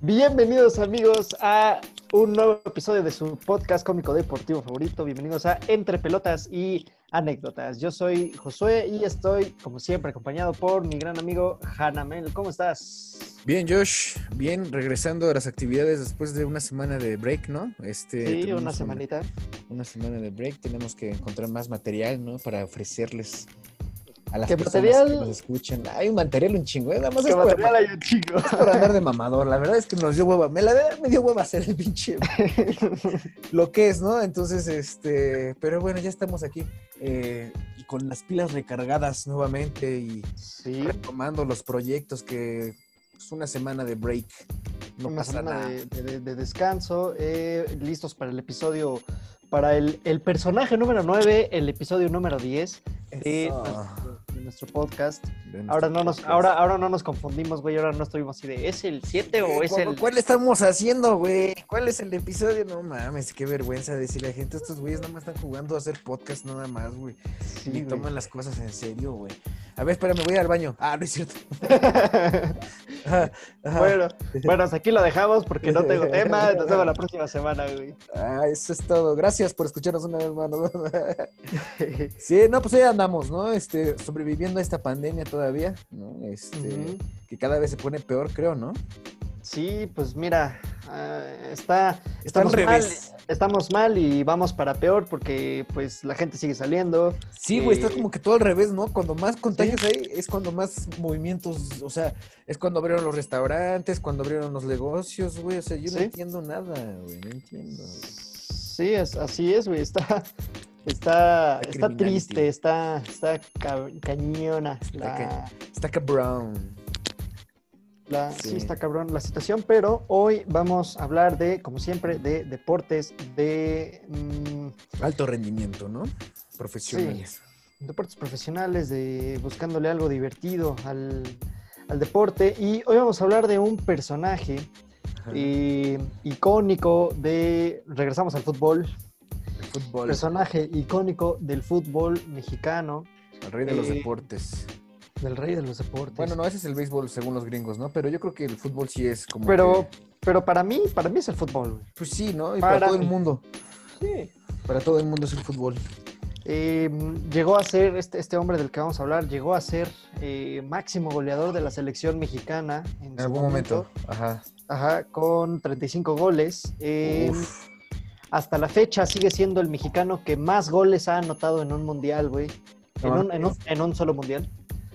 Bienvenidos amigos a un nuevo episodio de su podcast cómico deportivo favorito. Bienvenidos a Entre Pelotas y Anécdotas. Yo soy Josué y estoy, como siempre, acompañado por mi gran amigo Hanamel. ¿Cómo estás? Bien, Josh, bien, regresando a las actividades después de una semana de break, ¿no? Este, Sí, tuvimos una semanita. Una, semana de break, tenemos que encontrar más material, ¿no? Para ofrecerles a las ¿Qué personas que material? nos escuchan. Hay un material un chingo, ¿eh? Nada más Que es por, material hay un chingo. es por andar de mamador. La verdad es que nos dio hueva, me, la, me dio hueva hacer el pinche lo que es, ¿no? Entonces, este, pero bueno, ya estamos aquí eh, y con las pilas recargadas nuevamente y Sí, retomando los proyectos que es una semana de break. No una pasa semana nada. de, de- de descanso. eh, listos para el episodio, para el, el personaje número 9, el episodio número 10 de, Eso. nuestro, de nuestro podcast. De nuestro pues, Ahora no nos, podcast. ahora, ahora no nos confundimos, güey. Ahora no estuvimos así de, ¿es el 7 o es ¿Cu- el...? ¿Cuál estamos haciendo, güey? ¿Cuál es el episodio? No mames, qué vergüenza decirle a la gente, estos güeyes nada más están jugando a hacer podcast nada más, güey. Sí, Ni güey. toman las cosas en serio, güey. A ver, espérame, voy al baño. Ah, no es cierto. Ajá, ajá. bueno, bueno, hasta aquí lo dejamos porque no tengo tema. Nos vemos la próxima semana, güey. Ah, eso es todo. Gracias por escucharnos una vez más. ¿no? sí, no, pues ahí andamos, ¿no? Este, sobreviviendo a esta pandemia todavía, ¿no? Este, Ujú. que cada vez se pone peor, creo, ¿no? Sí, pues mira, ah, está, Está al estamos mal, revés. estamos mal y vamos para peor porque pues la gente sigue saliendo. Sí, güey, Eh, está como que todo al revés, ¿no? Cuando más contagios hay, es cuando más movimientos, o sea, es cuando abrieron los restaurantes, cuando abrieron los negocios, güey, o sea, yo no Sí. entiendo nada, güey, no entiendo. Sí, es, así es, güey. Está, está, está criminality. triste, está, está ca- cañona. Está la- ca- Está cabrón. La, sí. Sí. está cabrón la situación, pero hoy vamos a hablar de, como siempre, de deportes, de mm, Alto rendimiento, ¿no? Profesionales. deportes profesionales, de buscándole algo divertido al, al deporte. Y hoy vamos a hablar de un personaje Ajá. eh, icónico de, regresamos al fútbol, El fútbol, personaje icónico del fútbol mexicano, el rey de los eh, deportes. del rey de los deportes. Bueno, no, ese es el béisbol según los gringos, ¿no? Pero yo creo que el fútbol sí es como. Pero, que- pero para mí, para mí es el fútbol. güey. pues sí, ¿no? Y para, para todo mí. el mundo. Sí. Para todo el mundo es el fútbol. Eh, llegó a ser, este, este hombre del que vamos a hablar, llegó a ser eh, máximo goleador de la selección mexicana en, En su algún momento. Ajá. Ajá, con 35 goles. Eh, Uf. hasta la fecha sigue siendo el mexicano que más goles ha anotado en un mundial, güey. No En un, mames. en un- en un solo mundial.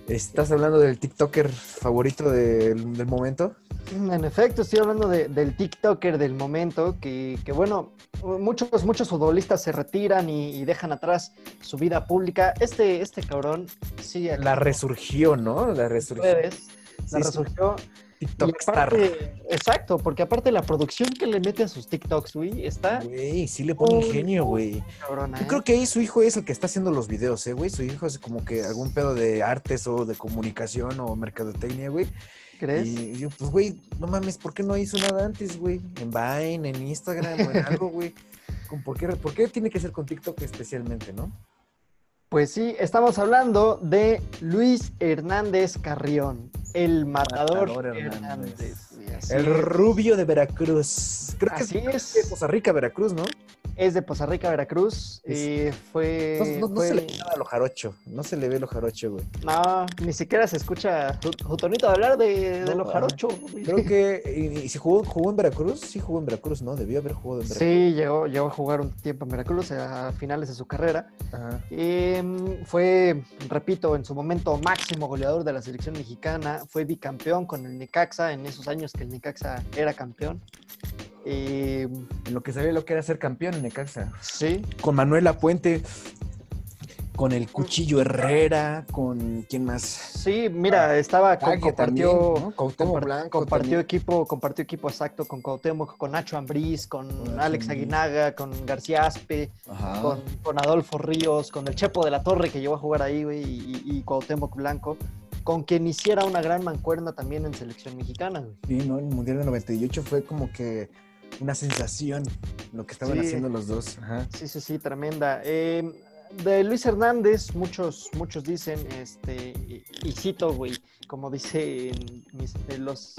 ¿Estás hablando del TikToker favorito del, del momento? En efecto, estoy hablando de- del TikToker del momento, que, que, bueno, muchos, muchos futbolistas se retiran y, y dejan atrás su vida pública. Este, este cabrón sigue aquí. La resurgió, ¿no? La resurgió. Redes, La Sí, sí. resurgió. Y TikTok star. aparte, exacto, porque aparte la producción que le mete a sus TikToks, güey, está Güey, sí le pone Uy, ingenio, güey. cabrona. Yo ¿eh? creo que ahí su hijo es el que está haciendo los videos, ¿eh, güey? Su hijo es como que algún pedo de artes o de comunicación o mercadotecnia, güey. ¿Crees? Y yo, pues, güey, no mames, ¿por qué no hizo nada antes, güey? En Vine, en Instagram o en algo, güey. ¿Con ¿Por qué, ¿Por qué tiene que ser con TikTok especialmente, no? Pues sí, estamos hablando de Luis Hernández Carrión, el matador, Matador Hernández. Hernández. güey, así El es. rubio de Veracruz. Creo que Así es es. de Costa Rica, Veracruz, ¿no? Es de Poza Rica, Veracruz. Es- eh, fue. No, no- no fue- se le ve nada a lo jarocho. No se le ve lo jarocho, güey. no, ni siquiera se escucha Ju- Jutonito hablar de, de No, lo ah. jarocho. güey. Creo que. ¿Y, y si jugó, jugó en Veracruz? Sí, jugó en Veracruz, ¿no? Debió haber jugado en Veracruz. Sí, llegó, llegó a jugar un tiempo en Veracruz a finales de su carrera. Ajá. Em, fue, repito, en su momento máximo goleador de la selección mexicana, fue bicampeón con el Necaxa en esos años que el Necaxa era campeón. Em, En lo que sabía lo que era ser campeón en Necaxa. sí, Con Manuela Puente. Con el Cuchillo Herrera. Con. ¿Quién más? sí, mira, estaba con- Tagle compartió, Ah, también, ¿no? Cuauhtémoc compar- Blanco compartió también. equipo, compartió equipo exacto con Cuauhtémoc, con Nacho Ambriz, con Con Alex Nacho Ambriz. Ah. Aguinaga, con García Aspe, Ajá. con, con Adolfo Ríos, con el Chepo de la Torre que llegó a jugar ahí, güey, y, y- y Cuauhtémoc Blanco, con quien hiciera una gran mancuerna también en selección mexicana, güey. Sí, ¿no? El Mundial del 98 fue como que una sensación lo que estaban Sí. haciendo los dos. Ajá. Sí, sí, sí, tremenda. Eh, de Luis Hernández, muchos, muchos dicen, este, y, y cito, güey, como dicen mis- eh, los,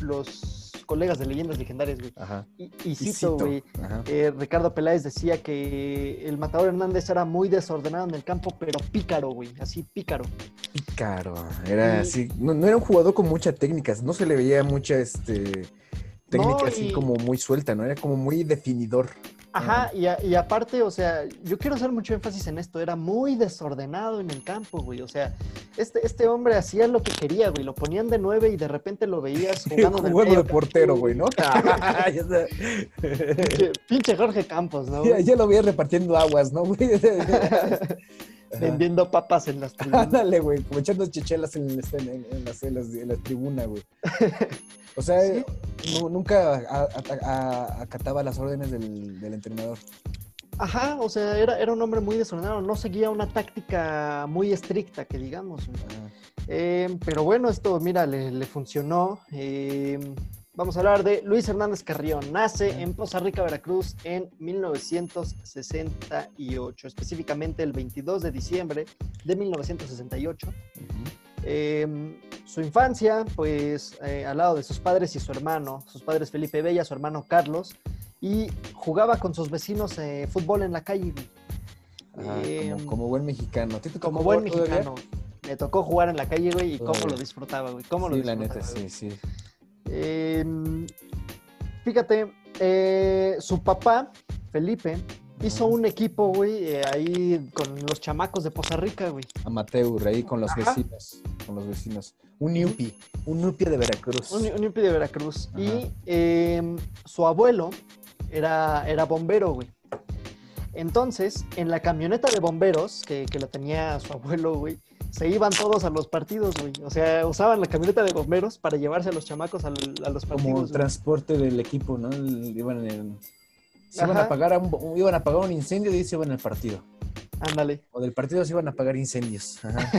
los colegas de leyendas legendarias, güey. Ajá. Y, y Y cito, cito, güey. Ajá. eh, Ricardo Peláez decía que el matador Hernández era muy desordenado en el campo, pero pícaro, güey. Así pícaro. Pícaro. Era Y- así. No, no era un jugador con mucha técnica. No se le veía mucha este, técnica No, así y- como muy suelta, ¿no? Era como muy definidor. Ajá, y, a- y aparte, o sea, yo quiero hacer mucho énfasis en esto, era muy desordenado en el campo, güey, o sea, este, este hombre hacía lo que quería, güey, lo ponían de nueve y de repente lo veías jugando, en el Jugando medio de portero, campo. güey, ¿no? ya, está. Pinche- Pinche Jorge Campos, ¿no? Ya- güey? ya lo veía repartiendo aguas, ¿no, güey? Ajá. Vendiendo papas en las tribunas. Ándale, güey, como echando chechelas en, el- en- en- en las, en, las, en la tribuna, güey. O sea, Sí. nu- nunca a- a- a- acataba las órdenes del, del entrenador. Ajá, o sea, era, era un hombre muy desordenado, no seguía una táctica muy estricta, que digamos, güey. Ajá. Eh, pero bueno, esto, mira, le, le funcionó. Eh, vamos a hablar de Luis Hernández Carrión. Nace en Poza Rica, Veracruz, en 1968, específicamente el 22 de diciembre de 1968. Eh, su infancia, pues, eh, al lado de sus padres y su hermano, sus padres Felipe Bella, su hermano Carlos, y jugaba con sus vecinos eh, fútbol en la calle. güey. Ajá, Eh, como, como buen mexicano. ¿A ti te tocó como buen jugar todavía? mexicano. Me tocó jugar en la calle, güey, y cómo Todavía. lo disfrutaba, güey. Cómo lo Sí, la disfrutaba. neta, güey. sí, sí. Eh, fíjate, eh, su papá, Felipe, hizo Ajá. un equipo, güey, eh, ahí con los chamacos de Poza Rica, güey. Amateur, ahí con los Ajá. vecinos. Con los vecinos. Un yupi, un yupi de Veracruz. Un, un yupi de Veracruz. Ajá. Y eh, su abuelo era, era bombero, güey. Entonces, en la camioneta de bomberos que, que la tenía su abuelo, güey, se iban todos a los partidos, güey. O sea, usaban la camioneta de bomberos para llevarse a los chamacos al- a, los como partidos. güey. transporte del equipo, ¿no? El- Iban en- se iban Ajá. a, pagar a un, un- iban a pagar un incendio y ahí se iban al partido. Ándale. O del partido se iban a pagar incendios. Ajá.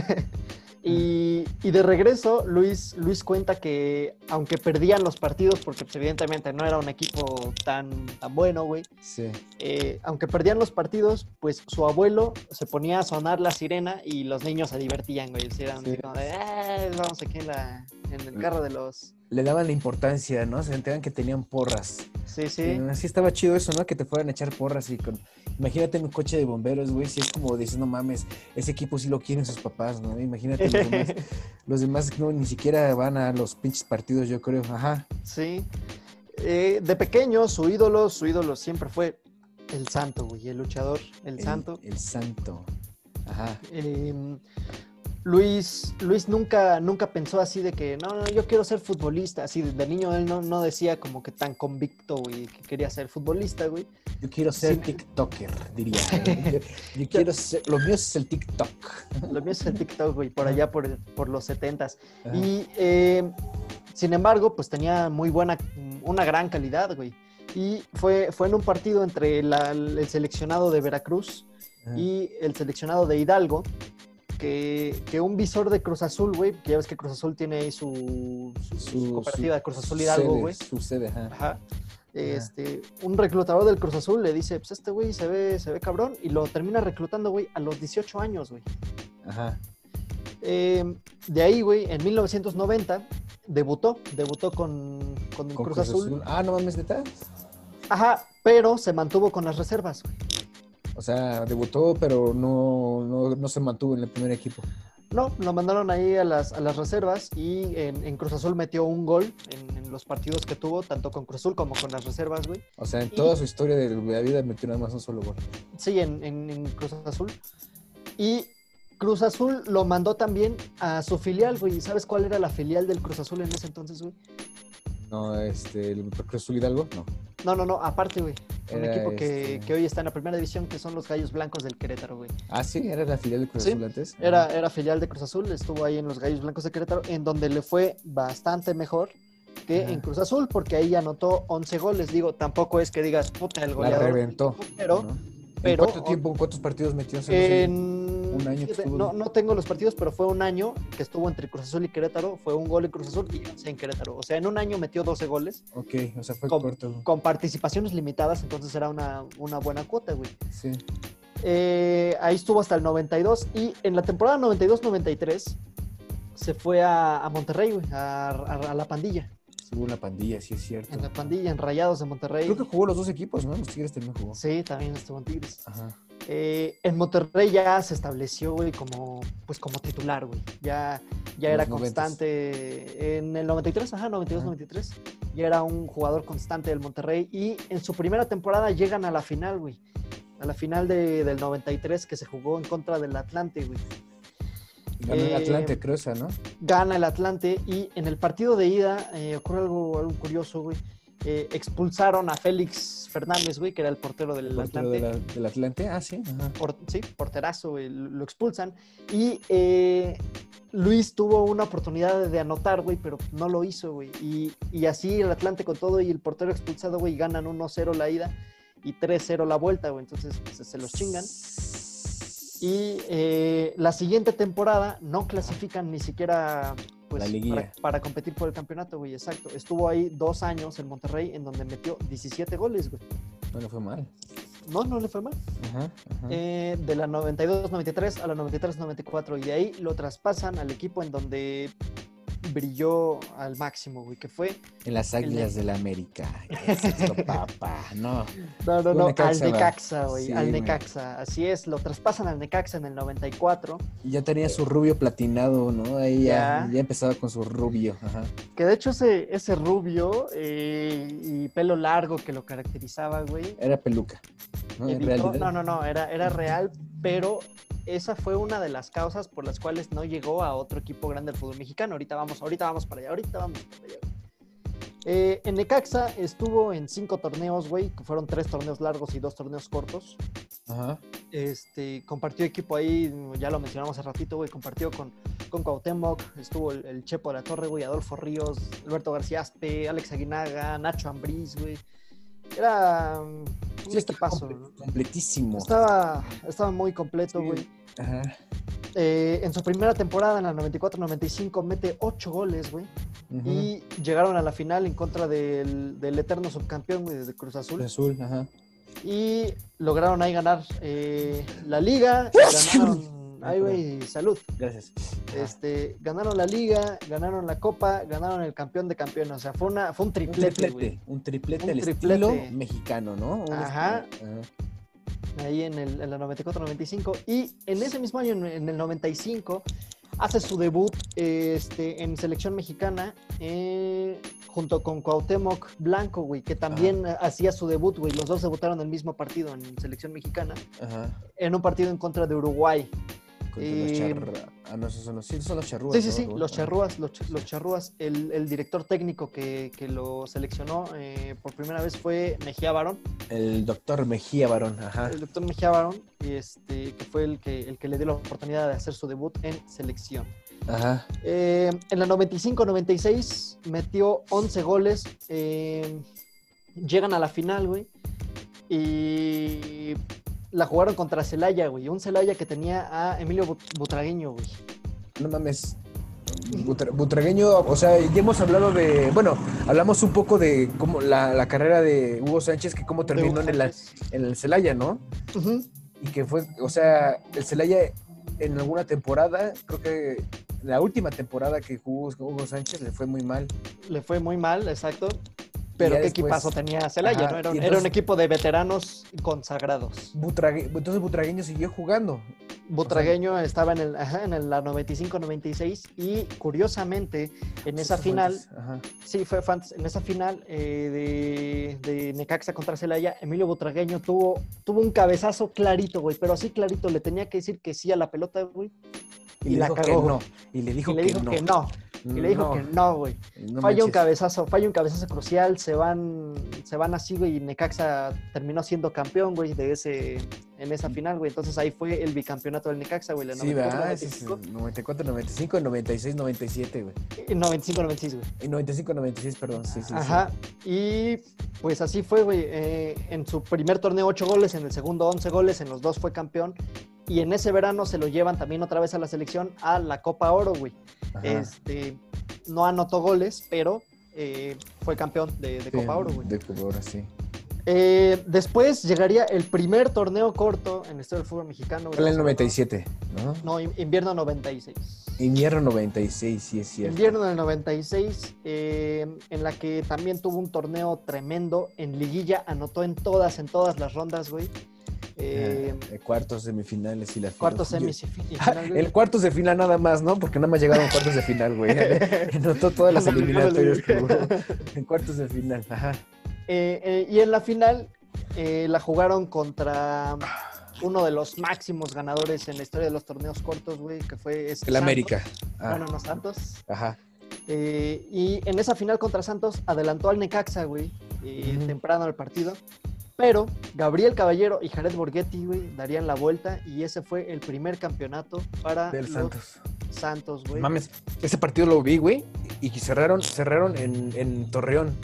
Y, y de regreso, Luis, Luis cuenta que aunque perdían los partidos, porque pues, evidentemente no era un equipo tan, tan bueno, güey, Sí. eh, aunque perdían los partidos, pues su abuelo se ponía a sonar la sirena y los niños se divertían, güey. Se eran Sí. así como de, "Ah, vamos aquí en, la, en el carro de los... Le daban la importancia, ¿no? Se enteraban que tenían porras. Sí, Sí. sí. Así estaba chido eso, ¿no? Que te fueran a echar porras y con... Imagínate en un coche de bomberos, güey, si es como dices, no mames, ese equipo sí lo quieren sus papás, ¿no? Imagínate los demás, los demás no, ni siquiera van a los pinches partidos, yo creo. Ajá. sí. Eh, de pequeño, su ídolo, su ídolo siempre fue el santo, güey, el luchador, el santo. El santo. Ajá. Eh, Luis, Luis nunca, nunca pensó así de que, no, no, yo quiero ser futbolista. Así de niño él no, no decía como que tan convicto, güey, que quería ser futbolista, güey. Yo quiero ser Sí. TikToker, diría. Yo, yo quiero ser. Lo mío es el TikTok. Lo mío es el TikTok, güey, por allá por, por los 70s. Ajá. Y eh, sin embargo, pues tenía muy buena, una gran calidad, güey. Y fue, fue en un partido entre la- el seleccionado de Veracruz Ajá. y el seleccionado de Hidalgo, que, que un visor de Cruz Azul, güey, que ya ves que Cruz Azul tiene ahí su, su- su Su- cooperativa de Cruz Azul su Hidalgo, sede, güey. Su sede, ajá. Ajá. Este, un reclutador del Cruz Azul le dice, pues este güey se ve, se ve cabrón, y lo termina reclutando, güey, a los 18 años, güey. Ajá. Eh, de ahí, güey, en 1990 debutó, debutó con, con el Con Cruz, Azul. Ah, no mames, neta. Ajá, pero se mantuvo con las reservas, güey. O sea, debutó, pero no, no, no se mantuvo en el primer equipo. No, lo mandaron ahí a las, a las reservas y en, en Cruz Azul metió un gol en, en los partidos que tuvo, tanto con Cruz Azul como con las reservas, güey. O sea, en Y- toda su historia de la vida metió nada más un solo gol. Sí, en, en- en Cruz Azul. Y Cruz Azul lo mandó también a su filial, güey. ¿Y sabes cuál era la filial del Cruz Azul en ese entonces, güey? No, este, el Cruz Azul Hidalgo, no. No, no, no, aparte, güey. Un Era equipo que, este- que hoy está en la primera división, que son los Gallos Blancos del Querétaro, güey. Ah, sí, era la filial de Cruz Sí, Azul antes. Ah, Ajá. Era, era filial de Cruz Azul, estuvo ahí en los Gallos Blancos de Querétaro, en donde le fue bastante mejor que Ajá. en Cruz Azul, porque ahí anotó 11 goles. Digo, tampoco es que digas, puta, el La goleador. reventó. Pero ¿no? pero- ¿En cuánto tiempo, en cuántos partidos metió? en... Un año que fíjate, estuvo- no, no tengo los partidos, pero fue un año que estuvo entre Cruz Azul y Querétaro, fue un gol en Cruz Azul y 11 en Querétaro. O sea, en un año metió 12 goles, Ok, o sea, fue Con- corto. con participaciones limitadas, entonces era una, una buena cuota, güey. Sí. Eh, ahí estuvo hasta el 92 y en la temporada 92-93 se fue a, a Monterrey, güey, a, a- a la pandilla. Sí, Estuvo en la pandilla, sí es cierto. En la pandilla, en Rayados de Monterrey. Creo que jugó los dos equipos, ¿no? Los Tigres también jugó. Sí, también estuvo en Tigres. Ajá. Eh, en Monterrey ya se estableció, güey, como, pues como titular, güey. Ya, ya En era los noventas. constante. En el 93, ajá, 92, Ajá. 93. Ya era un jugador constante del Monterrey. Y en su primera temporada llegan a la final, güey. A la final de- del 93 que se jugó en contra del Atlante, güey. Ganó el Eh, Atlante, creo esa, ¿no? Gana el Atlante y en el partido de ida eh, ocurre algo, algo curioso, güey. Eh, expulsaron a Félix Fernández, güey, que era el portero del Portero Atlante. de la- del Atlante, ah, sí. Ajá. por- sí, porterazo, güey, lo lo expulsan. Y eh, Luis tuvo una oportunidad de anotar, güey, pero no lo hizo, güey. Y, y así el Atlante con todo y el portero expulsado, güey, ganan 1-0 la ida y 3-0 la vuelta, güey. Entonces pues, se, los chingan. Y eh, la siguiente temporada no clasifican ni siquiera pues, La liguilla. para, para competir por el campeonato, güey, exacto. Estuvo ahí dos años en Monterrey, en donde metió 17 goles, güey. No le fue mal. No, no le fue mal. Ajá, ajá. Eh, de la 92-93 a la 93-94 y de ahí lo traspasan al equipo en donde brilló al máximo, güey, que fue en las Águilas del América. Es esto, papá. No. no, no, Fue no, Necaxa, al ¿verdad? Necaxa, güey, Sí, al güey. Necaxa, así es, lo traspasan al Necaxa en el 94, Y ya tenía su rubio platinado, ¿no? Ahí ya, Ya. ya empezaba con su rubio. Ajá. que de hecho ese, ese rubio eh, y pelo largo que lo caracterizaba, güey, Era peluca. ¿no? Ah, En evitó- realidad. no, no, no, era, era real, pero esa fue una de las causas por las cuales no llegó a otro equipo grande del fútbol mexicano. Ahorita vamos, ahorita vamos para allá, ahorita vamos para allá. Eh, en Necaxa estuvo en cinco torneos, güey, que fueron tres torneos largos y dos torneos cortos. Ajá. Este, compartió equipo ahí, ya lo mencionamos hace ratito, güey, compartió con, con Cuauhtémoc, estuvo el, el Chepo de la Torre, güey, Adolfo Ríos, Alberto García Aspe, Alex Aguinaga, Nacho Ambriz, güey. Era mm, un Sí, estaba equipazo, comple- ¿no? Completísimo. Estaba, estaba muy completo, Sí. güey. Ajá. Eh, en su primera temporada, en la 94-95, mete 8 goles, güey. Ujú. Y llegaron a la final en contra del, del eterno subcampeón, güey, desde Cruz Azul. Azul, ajá. Y lograron ahí ganar eh, la liga. y Ganaron, ay, güey, salud. Gracias. Ajá. Este, ganaron la liga, ganaron la copa, ganaron el campeón de campeones. O sea, fue, una, fue un Un triplete, güey. triplete, un triplete Un al triplete. estilo mexicano, ¿no? Un Ajá. estilo- ajá. ahí en, el, en la 94-95. Y en ese mismo año, en, en el 95, hace su debut este, en selección mexicana eh, junto con Cuauhtémoc Blanco, güey, que también eh, hacía su debut, güey. Los dos debutaron el mismo partido en selección mexicana, Ajá. en un partido en contra de Uruguay. Contra Eh, los charr... Ah, no, esos son los, sí, esos son los charrúas. Sí, sí, ¿no? sí, los Ajá. charrúas, los, ch- los charrúas. El, el director técnico que, que lo seleccionó eh, por primera vez fue Mejía Barón. El doctor Mejía Barón, ajá. el doctor Mejía Barón, este, que fue el que, el que le dio la oportunidad de hacer su debut en selección. Ajá. Eh, en la 95-96 metió 11 goles, eh, llegan a la final, güey, y la jugaron contra Celaya, güey, un Celaya que tenía a Emilio But- Butragueño, güey. No mames. Butra- Butragueño, o sea, ya hemos hablado de. Bueno, hablamos un poco de cómo la, la carrera de Hugo Sánchez, que cómo terminó en el, en el Celaya, ¿no? Ujú. Y que fue, o sea, el Celaya en alguna temporada, creo que la última temporada que jugó Hugo Sánchez le fue muy mal. Le fue muy mal, exacto. Pero ya qué después- equipazo tenía Celaya, Ajá, ¿no? Era, un- y era un entonces- equipo de veteranos consagrados. Butrague- entonces Butragueño siguió jugando. Butragueño estaba en, el, ajá, en el- la 95-96 y curiosamente en esa Eso fue final, antes, Ajá. sí, fue fue antes, en esa final eh, de, de Necaxa contra Celaya, Emilio Butragueño tuvo, tuvo un cabezazo clarito, güey, pero así clarito, le tenía que decir que sí a la pelota, güey, Y, Y le la dijo cagó. que no. Y le dijo, y le que, dijo no. que no, y le dijo que no, güey. no falla un manches. cabezazo, falla un cabezazo crucial, se van, se van así, güey, y Necaxa terminó siendo campeón, güey, de ese, en esa final, güey, entonces ahí fue el bicampeonato del Necaxa, güey, la Mm. Sí, ¿verdad? 94-95. Sí, sí, 94, 95, 96, 97, güey. En 95, 96, güey. Eh, Y 95, 96, perdón. Sí, sí, sí. Ajá. Y pues así fue, güey. Eh, en su primer torneo, 8 goles. En el segundo, 11 goles. En los dos fue campeón. Y en ese verano se lo llevan también otra vez a la selección a la Copa Oro, güey. Ajá. Este, no anotó goles, pero eh, fue campeón de, de Sí, Copa Oro, güey. De Copa Oro, sí. Eh, después llegaría el primer torneo corto en la historia del fútbol mexicano. Fue en el 97, ¿no? No, in- invierno 96. Invierno 96, sí es cierto. Invierno del 96, eh, en la que también tuvo un torneo tremendo. En liguilla anotó en todas, en todas las rondas, güey. Eh, Ah, cuartos, semifinales y las cuartos finales. semis y fi- y Ah, final, güey. el cuartos de final nada más, ¿no? Porque nada más llegaron cuartos de final, güey. Notó todas las eliminatorias que hubo. En cuartos de final, ajá. Eh, eh, y en la final eh, la jugaron contra uno de los máximos ganadores en la historia de los torneos cortos, güey, que fue... este El Santos. América. Ah, Bueno, no Santos. Ajá. Eh, y en esa final contra Santos adelantó al Necaxa, güey, eh, Ujú. temprano al partido. Pero Gabriel Caballero y Jared Borghetti, güey, darían la vuelta y ese fue el primer campeonato para Del los Santos. Santos, güey. Mames, ese partido lo vi, güey. Y que cerraron, cerraron en, en Torreón.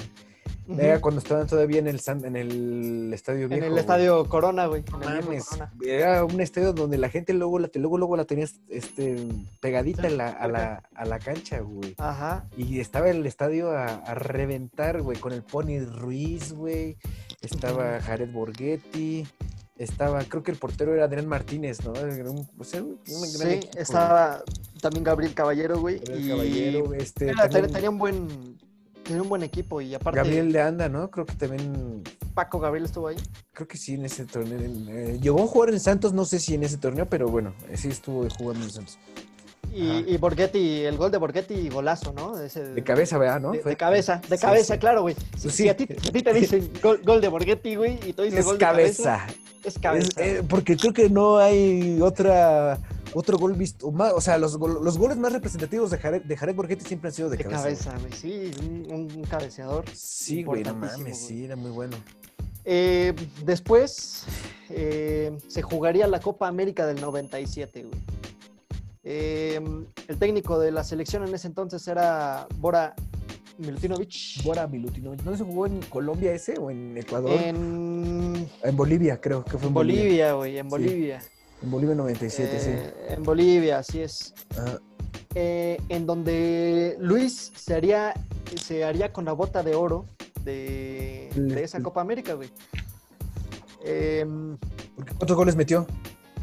Ujú. Era cuando estaban todavía en el, San- en el Estadio En Viejo. el güey. estadio Corona, güey. en el mismo Mames, Corona. era un estadio donde la gente luego la, luego, luego la tenías este, pegadita a, la, a, la, a la cancha, güey. Ajá. Y estaba el estadio a, a reventar, güey, con el Pony Ruiz, güey. Estaba Ujú. Jared Borghetti. Estaba, creo que el portero era Adrián Martínez, ¿no? Era un- o sea, un gran Sí, equipo, güey. estaba también Gabriel Caballero, güey. Gabriel y Caballero, güey, este, era- también tenía- tenía un buen tenía un buen equipo y aparte Gabriel de Anda, ¿no? Creo que también, Paco Gabriel estuvo ahí. creo que sí en ese torneo. en- eh, llegó a jugar en Santos, no sé si en ese torneo, pero bueno, eh, sí estuvo jugando en Santos. Y, Ajá. y Borghetti, el gol de Borghetti, golazo, ¿no? Ese- De cabeza, ¿verdad? ¿no? de, Fue- de cabeza, de Sí, cabeza, sí. claro, güey. Si, Pues si sí. a, ti, si a ti te dicen gol, gol de Borghetti, güey, y tú dices Es gol de cabeza, cabeza. es cabeza. Es- eh, porque creo que no hay otra otro gol visto más, o sea, los, gol- los goles más representativos de Jared, de Jared Borghetti siempre han sido de, de cabeza. cabeza, güey. Sí, un, un- un cabeceador. Sí, güey, no Importantísimo, mames, güey. sí, era muy bueno. Eh, después eh, se jugaría la Copa América del 97, güey. Eh, el técnico de la selección en ese entonces era Bora Milutinovic. Bora Milutinovic, ¿no se jugó en Colombia ese o en Ecuador? En, En Bolivia, creo que fue en Bolivia, Bolivia. güey, en Sí. Bolivia. En Bolivia 97, sí. Eh, En Bolivia, así es. Ah, eh, en donde Luis se haría, se haría con la bota de oro de, de esa Copa América, güey. Em, porque ¿Cuántos goles metió?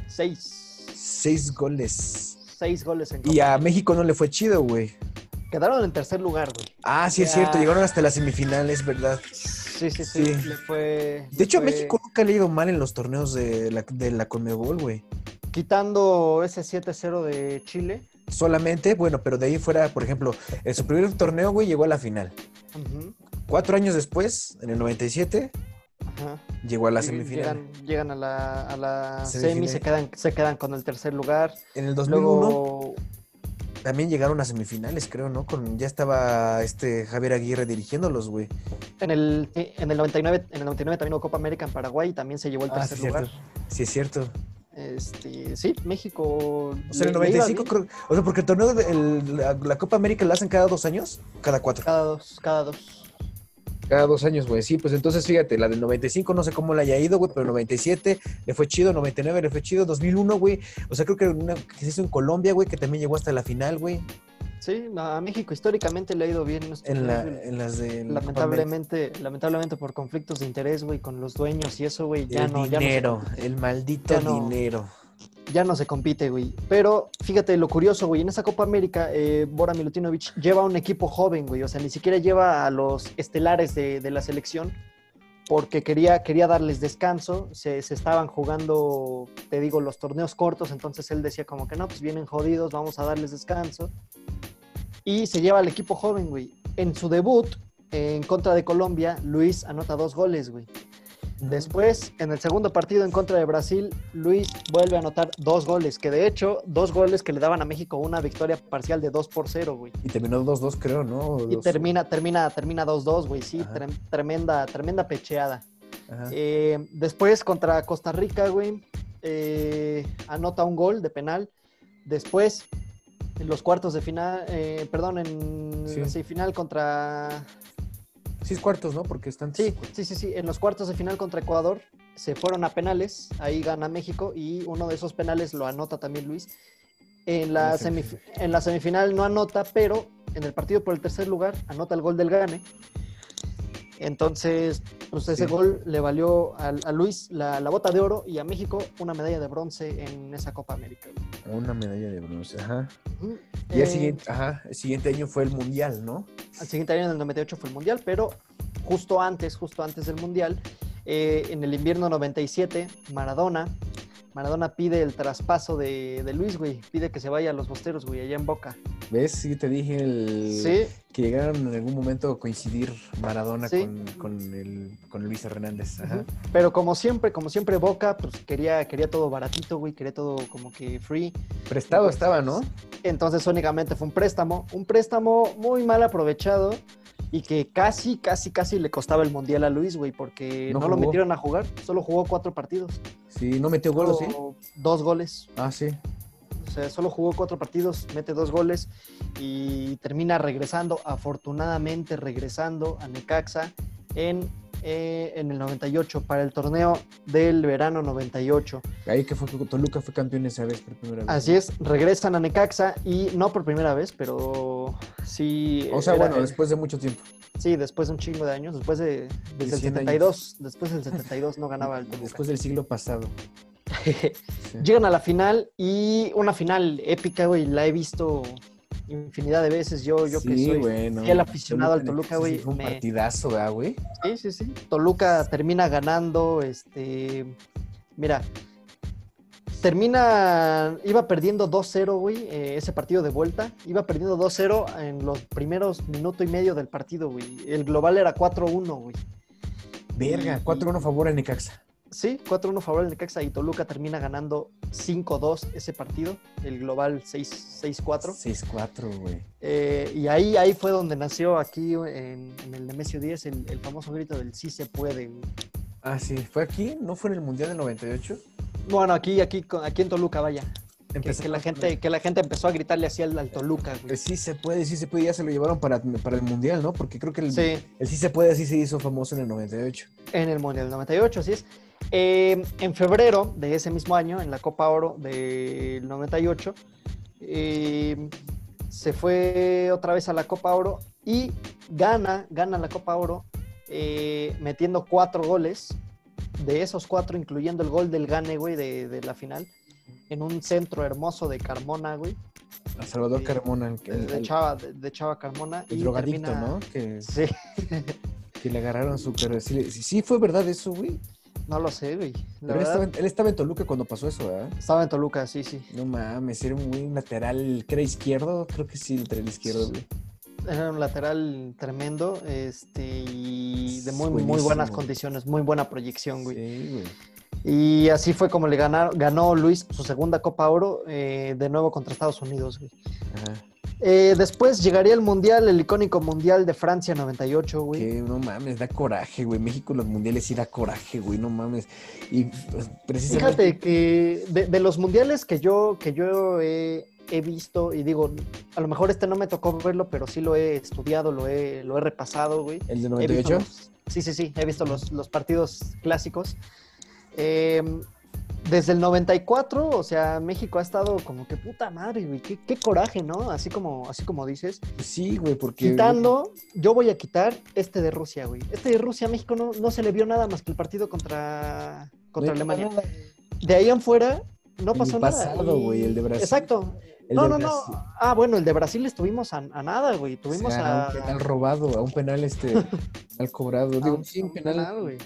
seis. Seis goles. Seis goles en Copa. Y a México no le fue chido, güey. Quedaron en tercer lugar, güey. Ah, sí, es Ya. cierto, llegaron hasta las semifinales, ¿verdad? Sí, sí, sí. Sí. Le fue, le De hecho, a fue México nunca le ha ido mal en los torneos de la, de la Conmebol, güey. Quitando ese 7-0 de Chile. Solamente, bueno, pero de ahí fuera, por ejemplo, en su primer torneo, güey, llegó a la final. Ujú, Cuatro años después, en el 97, ajá. llegó a la Lleg- semifinal. Llegan, llegan a la, a la semi, Semifinal. se quedan, se quedan con el tercer lugar. En el 2001 Luego también llegaron a semifinales, creo, ¿no? Con, ya estaba este Javier Aguirre dirigiéndolos, güey. En el, en el 99, en el 99 también hubo Copa América en Paraguay y también se llevó el tercer Ah, sí, es lugar. cierto. Sí, es cierto. Este, sí, México. O sea, en el le- le iba 95 bien. creo... O sea, porque el torneo, de, el- la, la Copa América la hacen cada dos años, cada cuatro. Cada dos, cada dos. Cada dos años, güey. Sí, pues entonces fíjate, la del 95 no sé cómo le haya ido, güey, pero 97 le fue chido, 99 le fue chido, 2001, güey. O sea, creo que, una, que se hizo en Colombia, güey, que también llegó hasta la final, güey. Sí, a México históricamente le ha ido bien. en estos En, la, torneos, güey. en las de... la Copa América. lamentablemente, lamentablemente por conflictos de interés, güey, con los dueños y eso, güey, ya el no, ya no se dinero, el maldito ya no- dinero. ya no se compite, güey. Pero fíjate lo curioso, güey. En esa Copa América, eh, Bora Milutinovic lleva un equipo joven, güey. O sea, ni siquiera lleva a los estelares de, de la selección porque quería, quería darles descanso. Se, se estaban jugando, te digo, los torneos cortos. Entonces él decía como que no, pues vienen jodidos, vamos a darles descanso. Y se lleva al equipo joven, güey. En su debut, en contra de Colombia, Luis anota dos goles, güey. Después, en el segundo partido en contra de Brasil, Luis vuelve a anotar dos goles, que de hecho, dos goles que le daban a México una victoria parcial de 2 por 0, güey. Y terminó 2-2, creo, ¿no? Y termina, termina, termina 2-2, güey, sí, Ajá. trem- tremenda, tremenda pecheada. Ajá. Eh, después, contra Costa Rica, güey, eh, anota un gol de penal. Después, en los cuartos de final, eh, perdón, en Sí. la semifinal contra Seis cuartos, ¿no? Porque están... Sí, sí, sí, sí. En los cuartos de final contra Ecuador se fueron a penales. Ahí gana México y uno de esos penales lo anota también Luis. En la, En la semif- en la semifinal no anota, pero en el partido por el tercer lugar anota el gol del Gane. Entonces, pues ese Sí. gol le valió a, a Luis la, la bota de oro y a México una medalla de bronce en esa Copa América. Una medalla de bronce, ajá. Ujú. Y el Eh, siguiente, ajá, el siguiente año fue el mundial, ¿no? Al siguiente año, en el 98, fue el Mundial, pero justo antes, justo antes del Mundial, eh, en el invierno 97, Maradona, Maradona pide el traspaso de, de Luis, güey. Pide que se vaya a los bosteros, güey, allá en Boca. ¿Ves? Sí, te dije el... Sí, que llegaron en algún momento a coincidir Maradona Sí. con, con, el, con Luis Hernández. Ajá. Ujú. pero como siempre, como siempre, Boca, pues quería, quería todo baratito, güey, quería todo como que free. Prestado estaba, ¿no? Entonces, únicamente fue un préstamo, un préstamo muy mal aprovechado y que casi, casi, casi le costaba el mundial a Luis, güey, porque No no, lo jugó. metieron a jugar, solo jugó cuatro partidos. Sí, no metió gol, ¿o ¿sí? Solo Dos goles. Ah, sí. O sea, solo jugó cuatro partidos, mete dos goles y termina regresando, afortunadamente regresando a Necaxa en, eh, en el 98 para el torneo del verano 98. Ahí que fue que Toluca fue campeón esa vez por primera vez. Así es, regresan a Necaxa y no por primera vez, pero sí. O sea, era- bueno, después de mucho tiempo. Sí, después de un chingo de años, después de. Desde el 100 años. 72, después del 72 no ganaba el Toluca. Después del siglo pasado. Sí. Llegan a la final y una final épica, güey, la he visto infinidad de veces. Yo, yo que Sí, soy bueno. fiel aficionado al Toluca, Toluca, sí, güey, fue un me- partidazo, ¿verdad, güey? Sí, sí, sí. Toluca termina ganando, este, mira, termina, iba perdiendo 2-0, güey, eh, ese partido de vuelta, iba perdiendo 2-0 en los primeros minuto y medio del partido, güey. El global era 4-1, güey. Verga, Y- 4-1 favor a Necaxa. Sí, 4-1 favor del Necaxa y Toluca termina ganando 5-2 ese partido, el global 6 6-4. 6-4, güey. Eh, y ahí, ahí fue donde nació aquí en, en el Nemesio 10 el, el famoso grito del sí se puede. güey. Ah, sí. ¿Fue aquí? ¿No fue en el Mundial del 98? Bueno, aquí, aquí, con- aquí en Toluca, vaya. Que, Empezó que la gente, que la gente empezó a gritarle así al, al Toluca, güey. pues Sí se puede, sí se puede. Ya se lo llevaron para, para el Mundial, ¿no? Porque creo que el, Sí, El sí se puede, así se hizo famoso en el 98. en el Mundial 98, así es. Eh, en febrero de ese mismo año, en la Copa Oro del 98, eh, se fue otra vez a la Copa Oro y gana, gana la Copa Oro eh, metiendo cuatro goles. De esos cuatro, incluyendo el gol del Gane, güey, de, de la final, en un centro hermoso de Carmona, güey, A Salvador Sí. Carmona, el, de, el- de Chava, de, de Chava Carmona. el y drogadicto, termina- ¿no? Que, Sí, que le agarraron su pero Sí, le- sí- sí fue verdad eso, güey. no lo sé, güey. La Pero él verdad, estaba, en, él estaba en Toluca cuando pasó eso, ¿verdad? estaba en Toluca, sí, sí. No mames, era un güey lateral, que era izquierdo, creo que sí, lateral izquierdo, güey. Era un lateral tremendo, este, y de muy, muy Buenísimo, buenas güey. condiciones, muy buena proyección, güey. Sí, güey. Y así fue como le ganaron, ganó Luis su segunda Copa Oro, eh, de nuevo contra Estados Unidos, güey. Ajá. Eh, después llegaría el Mundial, el icónico Mundial de Francia 98, güey. Que no mames, da coraje, güey. México en los mundiales sí da coraje, güey, no mames. Y pues, precisamente. Fíjate que de, de los mundiales que yo, que yo he, he visto, y digo, a lo mejor este no me tocó verlo, pero sí lo he estudiado, lo he, lo he repasado, güey. El de He visto 98. los- sí, sí, sí, he visto los, los partidos clásicos. Eh, desde el 94, o sea, México ha estado como que puta madre, güey, qué, qué coraje, ¿no? Así como, así como dices. pues Sí, güey, porque. Quitando, yo voy a quitar este de Rusia, güey. Este de Rusia, México no, no se le vio nada más que el partido contra, contra No, Alemania. nada. De ahí en fuera, no El pasó nada. pasado, güey, el de Brasil. Exacto. El no, de no, Brasil. no. Ah, bueno, el de Brasil estuvimos a, a nada, güey. O Tuvimos sea, a. un penal robado, a un penal este, al cobrado. a Digo, un- sí, a un un penal. penal, güey.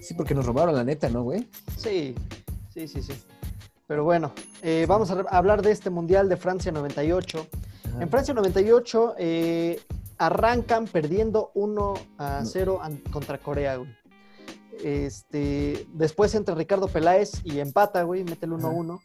Sí, porque nos robaron la neta, ¿no, güey? Sí, sí, sí, sí. Pero bueno, eh, vamos a re- hablar de este Mundial de Francia 98. Ajá. En Francia 98 eh, arrancan perdiendo 1 a No. 0 an- contra Corea, güey. Este, después entra Ricardo Peláez y empata, güey, mete el 1 a 1.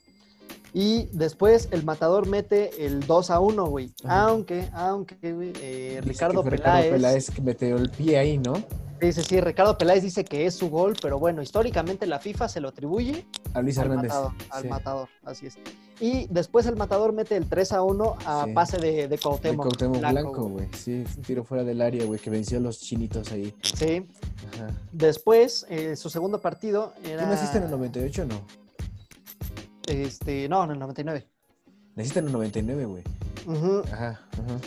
Y después el matador mete el 2 a 1, güey. Ajá. Aunque, aunque, güey, eh, Dice que Ricardo fue Peláez. Peláez que metió el pie ahí, ¿no? Dice, sí, Ricardo Peláez dice que es su gol, pero bueno, históricamente la FIFA se lo atribuye A Luis al Hernández. matador, al Sí. matador, así es. Y después el matador mete el 3 a 1 a Sí. pase de, de De Cuauhtémoc. Cuauhtémoc Blanco, Blanco, güey. güey. Sí, un tiro fuera del área, güey, que venció a los chinitos ahí. Sí. Ajá. Después, eh, su segundo partido ¿Tú era. naciste en el 98 o no? Este, no, en el 99. Naciste en el 99, güey. Ujú. Ajá, ajá.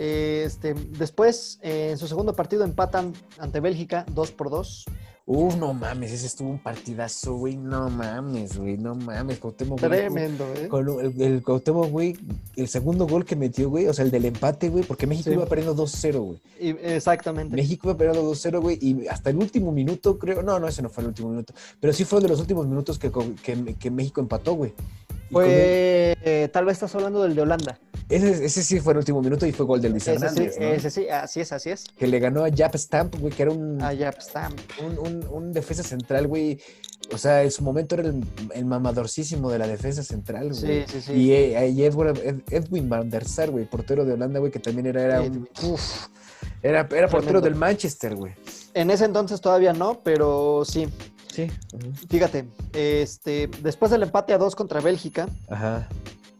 Eh, este, después, eh, en su segundo partido, empatan ante Bélgica 2 por 2. Uf, Uh, no mames, ese estuvo un partidazo, güey. No mames, güey, no mames. Cuauhtémoc, güey, Tremendo, ¿eh? Con el, el Cuauhtémoc, güey, el segundo gol que metió, güey, o sea, el del empate, güey, porque México Sí. iba perdiendo 2-0, güey. Y- exactamente. México iba perdiendo 2-0, güey, y hasta el último minuto, creo. No, no, ese no fue el último minuto, pero sí fue de los últimos minutos que, co- que, que México empató, güey. Y con el- Fue, eh, tal vez estás hablando del de Holanda. ese, ese sí fue el último minuto y fue gol de Luis Ese sí, Hernández, ¿no? ese sí, así es, así es. Que le ganó a Jap Stamp, güey, que era un, Ah, ya, pues, está. un, un- un defensa central, güey. O sea, en su momento era el, el mamadorcísimo de la defensa central, Sí, güey. sí, sí. Y, eh, y Edwin, Ed- Edwin van der Sar, güey, portero de Holanda, güey, que también era, era Eh, un- uf, era, era portero Uh, Tremendo. del Manchester, güey. En ese entonces todavía no, pero sí. Sí. Fíjate, este, después del empate a 2 contra Bélgica, Ajá.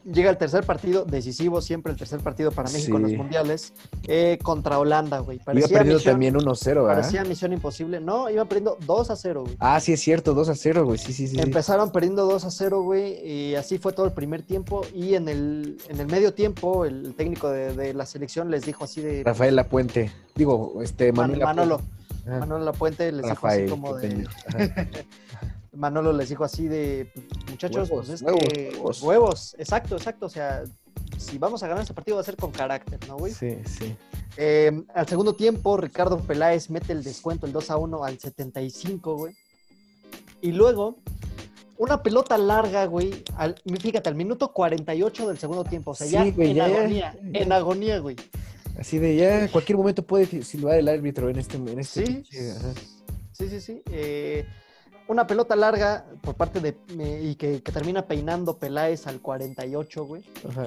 llega el tercer partido, decisivo siempre el tercer partido para México en Sí. los mundiales, eh, contra Holanda, güey. Iba Parecía, perdiendo misión, también 1-0, ¿verdad? parecía misión imposible. No, iba perdiendo 2 a 0, güey. Ah, sí, es cierto, 2-0, güey. Sí, sí, sí. sí. Empezaron perdiendo 2 a 0, güey, y así fue todo el primer tiempo. Y en el, en el medio tiempo, el técnico de, de la selección les dijo así de. Rafael Lapuente. Digo, este, Man- Manuel Manolo, Lapuente. Ajá. Manolo Lapuente les Rafael. dijo así como qué de. pendejo. Ajá. Manolo les dijo así de. Muchachos, Huevos, pues es huevos, que. huevos". Huevos. exacto, exacto. O sea, si vamos a ganar este partido va a ser con carácter, ¿no, güey? Sí, sí. Eh, al segundo tiempo, Ricardo Peláez mete el descuento, el 2 a 1 al 75, güey. Y luego, una pelota larga, güey. al- fíjate, al minuto 48 del segundo tiempo. O sea, ya Sí, güey, en ya, ya, agonía. ya. En agonía, güey. Así de ya, en cualquier momento puede silbar el árbitro en este. En este Sí. pinche, ajá. Sí, sí, sí. Eh, una pelota larga por parte de. eh, y que, que termina peinando Peláez al 48, güey. Ajá.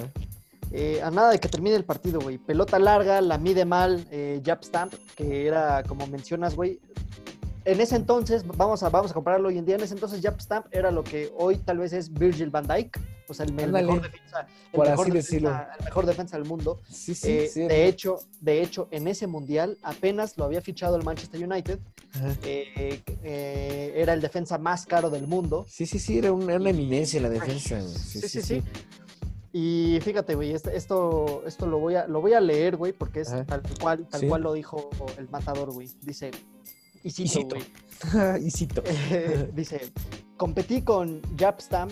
Eh, a nada de que termine el partido, güey. Pelota larga, la mide mal, eh, Jab Stamp, que era como mencionas, güey. En ese entonces, vamos a, vamos a compararlo hoy en día, en ese entonces Jab Stamp era lo que hoy tal vez es Virgil van Dijk, o sea, el, el Ándale, mejor, defensa, el mejor por así defensa, decirlo. el mejor defensa del mundo. Sí, sí, Eh, sí. de, hecho, de hecho, en ese mundial apenas lo había fichado el Manchester United, Ajá. eh, eh, era el defensa más caro del mundo. Sí, sí, sí, era una, una eminencia la defensa. güey. Sí, sí, sí. Y fíjate, güey, este- esto, esto lo, voy a, lo voy a leer, güey, porque es Ajá. tal cual, tal Sí. cual lo dijo el matador, güey. Dice, y cito, Hicito. güey. Ah, y cito. Eh, dice, competí con Japstam,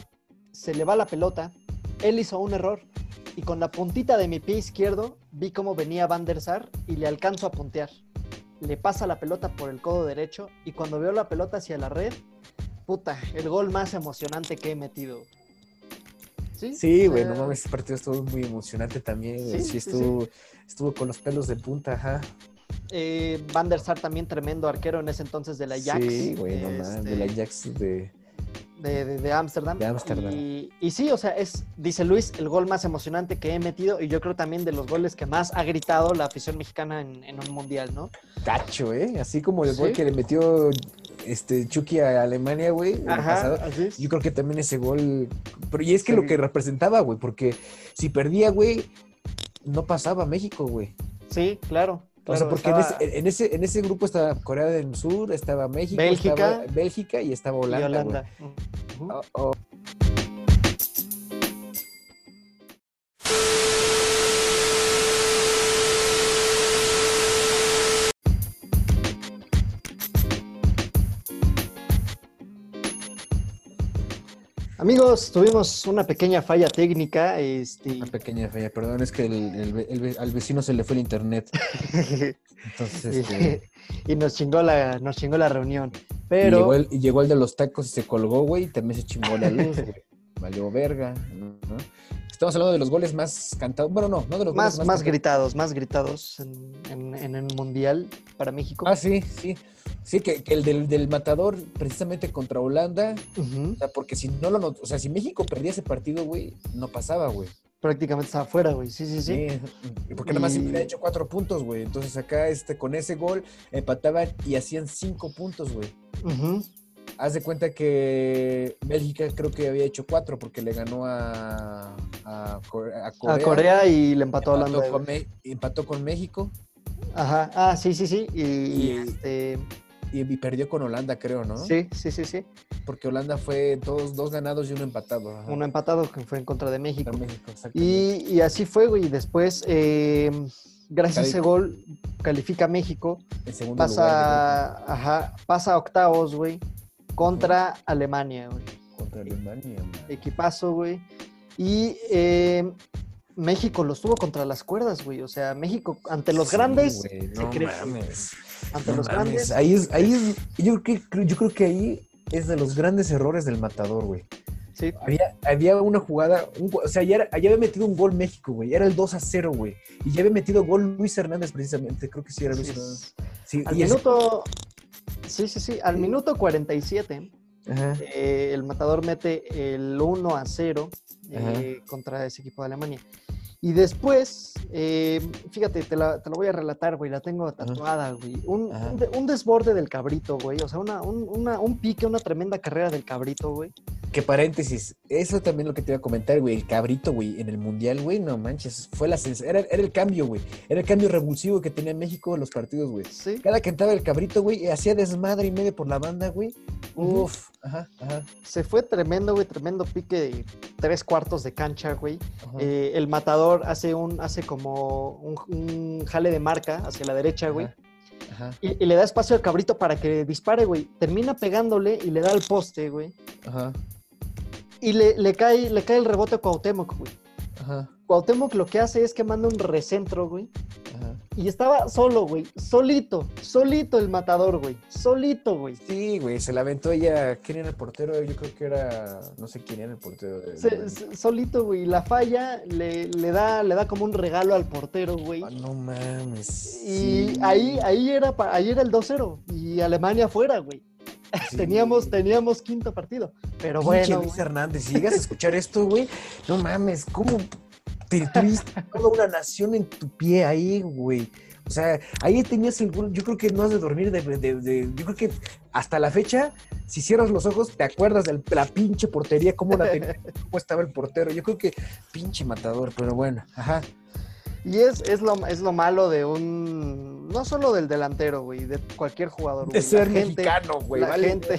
se le va la pelota, él hizo un error y con la puntita de mi pie izquierdo vi cómo venía Van der Sar y le alcanzo a puntear. Le pasa la pelota por el codo derecho y cuando veo la pelota hacia la red, puta, el gol más emocionante que he metido. Sí, Eh, Sí, O güey, sea, no mames, ese partido estuvo muy emocionante también. Sí, güey. Sí, sí, sí. estuvo, estuvo con los pelos de punta, ajá. eh, Van der Sar también tremendo arquero en ese entonces de la Ajax. Sí, güey, no mames, este, de la Ajax de... de, de, de Ámsterdam. De Ámsterdam. Y, y sí, o sea, es, dice Luis, el gol más emocionante que he metido y yo creo también de los goles que más ha gritado la afición mexicana en, en un mundial, ¿no? Cacho, ¿eh? Así como el gol Sí. que le metió este Chucky a Alemania, güey, el pasado. así es. Yo creo que también ese gol. Pero y es que lo Sí. que representaba, güey, porque si perdía, güey, no pasaba México, güey. Sí, claro. O sea, claro, porque estaba- en, ese, en, ese, en ese grupo estaba Corea del Sur, estaba México, Bélgica. estaba Bélgica y estaba y Holanda. güey. Holanda. Oh, Ujú. O- o- Amigos, tuvimos una pequeña falla técnica. Este, Una pequeña falla, perdón, es que el- el- el ve- al vecino se le fue el internet. Entonces, este, y nos chingó la, nos chingó la reunión. y Pero llegó, el, y llegó el de los tacos y se colgó, güey, y también se chingó la luz, güey. Valió verga, ¿no? Estamos hablando de los goles más cantados. Bueno, no, no de los más, más goles cantados. gritados, más gritados en, en, en el mundial para México. Ah, sí, sí. Sí, que, que el del, del matador precisamente contra Holanda, Ujú. o sea, porque si no lo not- o sea, si México perdía ese partido, güey, no pasaba, güey. prácticamente estaba afuera, güey. Sí, sí, sí. Sí, Porque nada más se Y- hubiera hecho cuatro puntos, güey. Entonces acá este, con ese gol empataban y hacían cinco puntos, güey. Ujú. Haz de cuenta que Bélgica creo que había hecho cuatro porque le ganó a, a, Core- a Corea. A Corea y le empató a Holanda. Empató con, güey. Me- empató con México Ajá. Ah, sí, sí, sí. Y, Y- este. y, y perdió con Holanda, creo, ¿no? Sí, sí, sí, sí. Porque Holanda fue dos, dos ganados y uno empatado. ajá. Uno empatado que fue en contra de México. Contra México, exactamente. Y, y así fue, güey. y Después, eh, gracias a ese gol, califica a México. En segundo lugar, Pasa, ajá, pasa a octavos, güey, contra Alemania, güey. yo creo, contra Alemania. man. Equipazo, güey. Y eh, México los tuvo contra las cuerdas, güey. O sea, México ante los Sí, grandes, güey, se no cree- mames. ante No los mames, grandes. Ahí es, ahí es, yo creo que yo creo que ahí es de los grandes errores del matador, güey. Sí, Había, había una jugada, un go- o sea, ya, era- ya había metido un gol México, güey. Era el 2 a 0, güey. Y ya había metido gol Luis Hernández, precisamente. Creo que sí era Luis sí, Hernández. es- Sí, Al y ese- minuto. Sí, sí, sí. Al minuto 47, Ajá. eh, el matador mete el 1 a 0 eh, contra ese equipo de Alemania. Y después, eh, fíjate, te la, te la voy a relatar, güey. La tengo tatuada, güey. Un, Ajá. un de- un desborde del cabrito, güey. O sea, una, un, una- un pique, una tremenda carrera del cabrito, güey. Que paréntesis, eso también lo que te iba a comentar, güey. El cabrito, güey, en el mundial, güey, no manches. Fue la sens- era, era el cambio, güey. Era el cambio revulsivo que tenía México en los partidos, güey. Sí. Cada que entraba el cabrito, güey, eh, hacía desmadre y medio por la banda, güey. Ujú. Uf, ajá, ajá. Se fue tremendo, güey. Tremendo pique de tres cuartos de cancha, güey. ajá. Eh, el matador hace un hace como un, un jale de marca hacia la derecha, güey. Ajá. Ajá, Y, y le da espacio al cabrito para que dispare, güey. Termina pegándole y le da al poste, güey. ajá, Y le, le cae, le cae el rebote a Cuauhtémoc, güey. ajá, Cuauhtémoc lo que hace es que manda un recentro, güey. ajá. Y estaba solo, güey. Solito. Solito el matador, güey. Solito, güey. Sí, güey, se la aventó ella. ¿Quién era el portero? Yo creo que era. No sé quién era el portero. de- Se- se- solito, güey. La falla le, le da, le da como un regalo al portero, güey. Ah, no mames. Y sí, ahí, ahí, era, pa- ahí era el 2-0. Y Alemania fuera, güey. sí. Teníamos, teníamos quinto partido. Pero Pinche bueno. Luis güey. Hernández, si llegas a escuchar esto, güey, no mames, ¿cómo te tuviste toda una nación en tu pie ahí, güey? O sea, ahí tenías el gol. Yo creo que no has de dormir de, de- de- Yo creo que hasta la fecha, si cierras los ojos, te acuerdas de la pinche portería, cómo la tenía, cómo estaba el portero. Yo creo que pinche matador, pero bueno, ajá. Y es, es, lo, es lo malo de un. No solo del delantero, güey. De cualquier jugador. güey. De ser la gente, mexicano, güey. la vale. gente-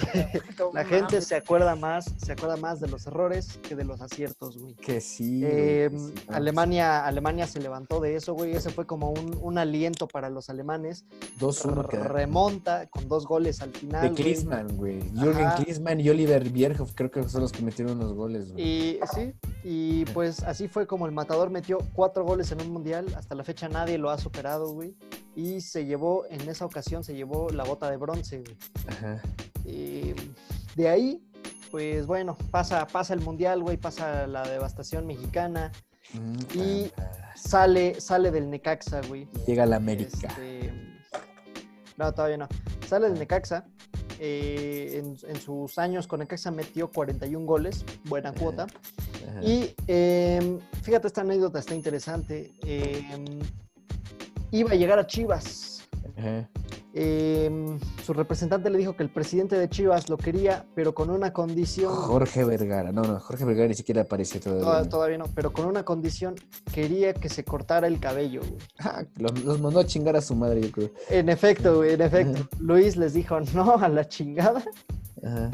No la mames. gente se acuerda más. Se acuerda más de los errores que de los aciertos, güey. Que sí. güey, Eh, que sí, no, Alemania, Alemania se levantó de eso, güey. Ese fue como un, un aliento para los alemanes. 2-1 quedaron. Remonta con dos goles al final. De güey. Klinsmann, güey. Jürgen Ajá. Klinsmann y Oliver Bierhoff creo que son los que metieron los goles, güey. Y sí, y pues así fue como el Matador metió cuatro goles en un mundial. Hasta la fecha nadie lo ha superado, güey. Y se llevó, en esa ocasión, se llevó la bota de bronce, güey. Ajá. Eh, de ahí, pues bueno, pasa, pasa el mundial, güey, pasa la devastación mexicana. Mm, Y- caramba. Sale, sale del Necaxa, güey. Llega la América. Este, no, todavía no. Sale del Necaxa. eh, en, en sus años con Necaxa metió 41 goles, buena Ajá. cuota. Ajá. este, Y em, fíjate, esta anécdota está interesante. Em, iba a llegar a Chivas. Ajá. Em, su representante le dijo que el presidente de Chivas lo quería, pero con una condición. Jorge Vergara. No, no, Jorge Vergara ni siquiera apareció todavía. Toda- todavía no, pero con una condición. Quería que se cortara el cabello. güey. Ah, los, los mandó a chingar a su madre, yo creo. En efecto, güey, en efecto. Luis les dijo no a la chingada. Ajá.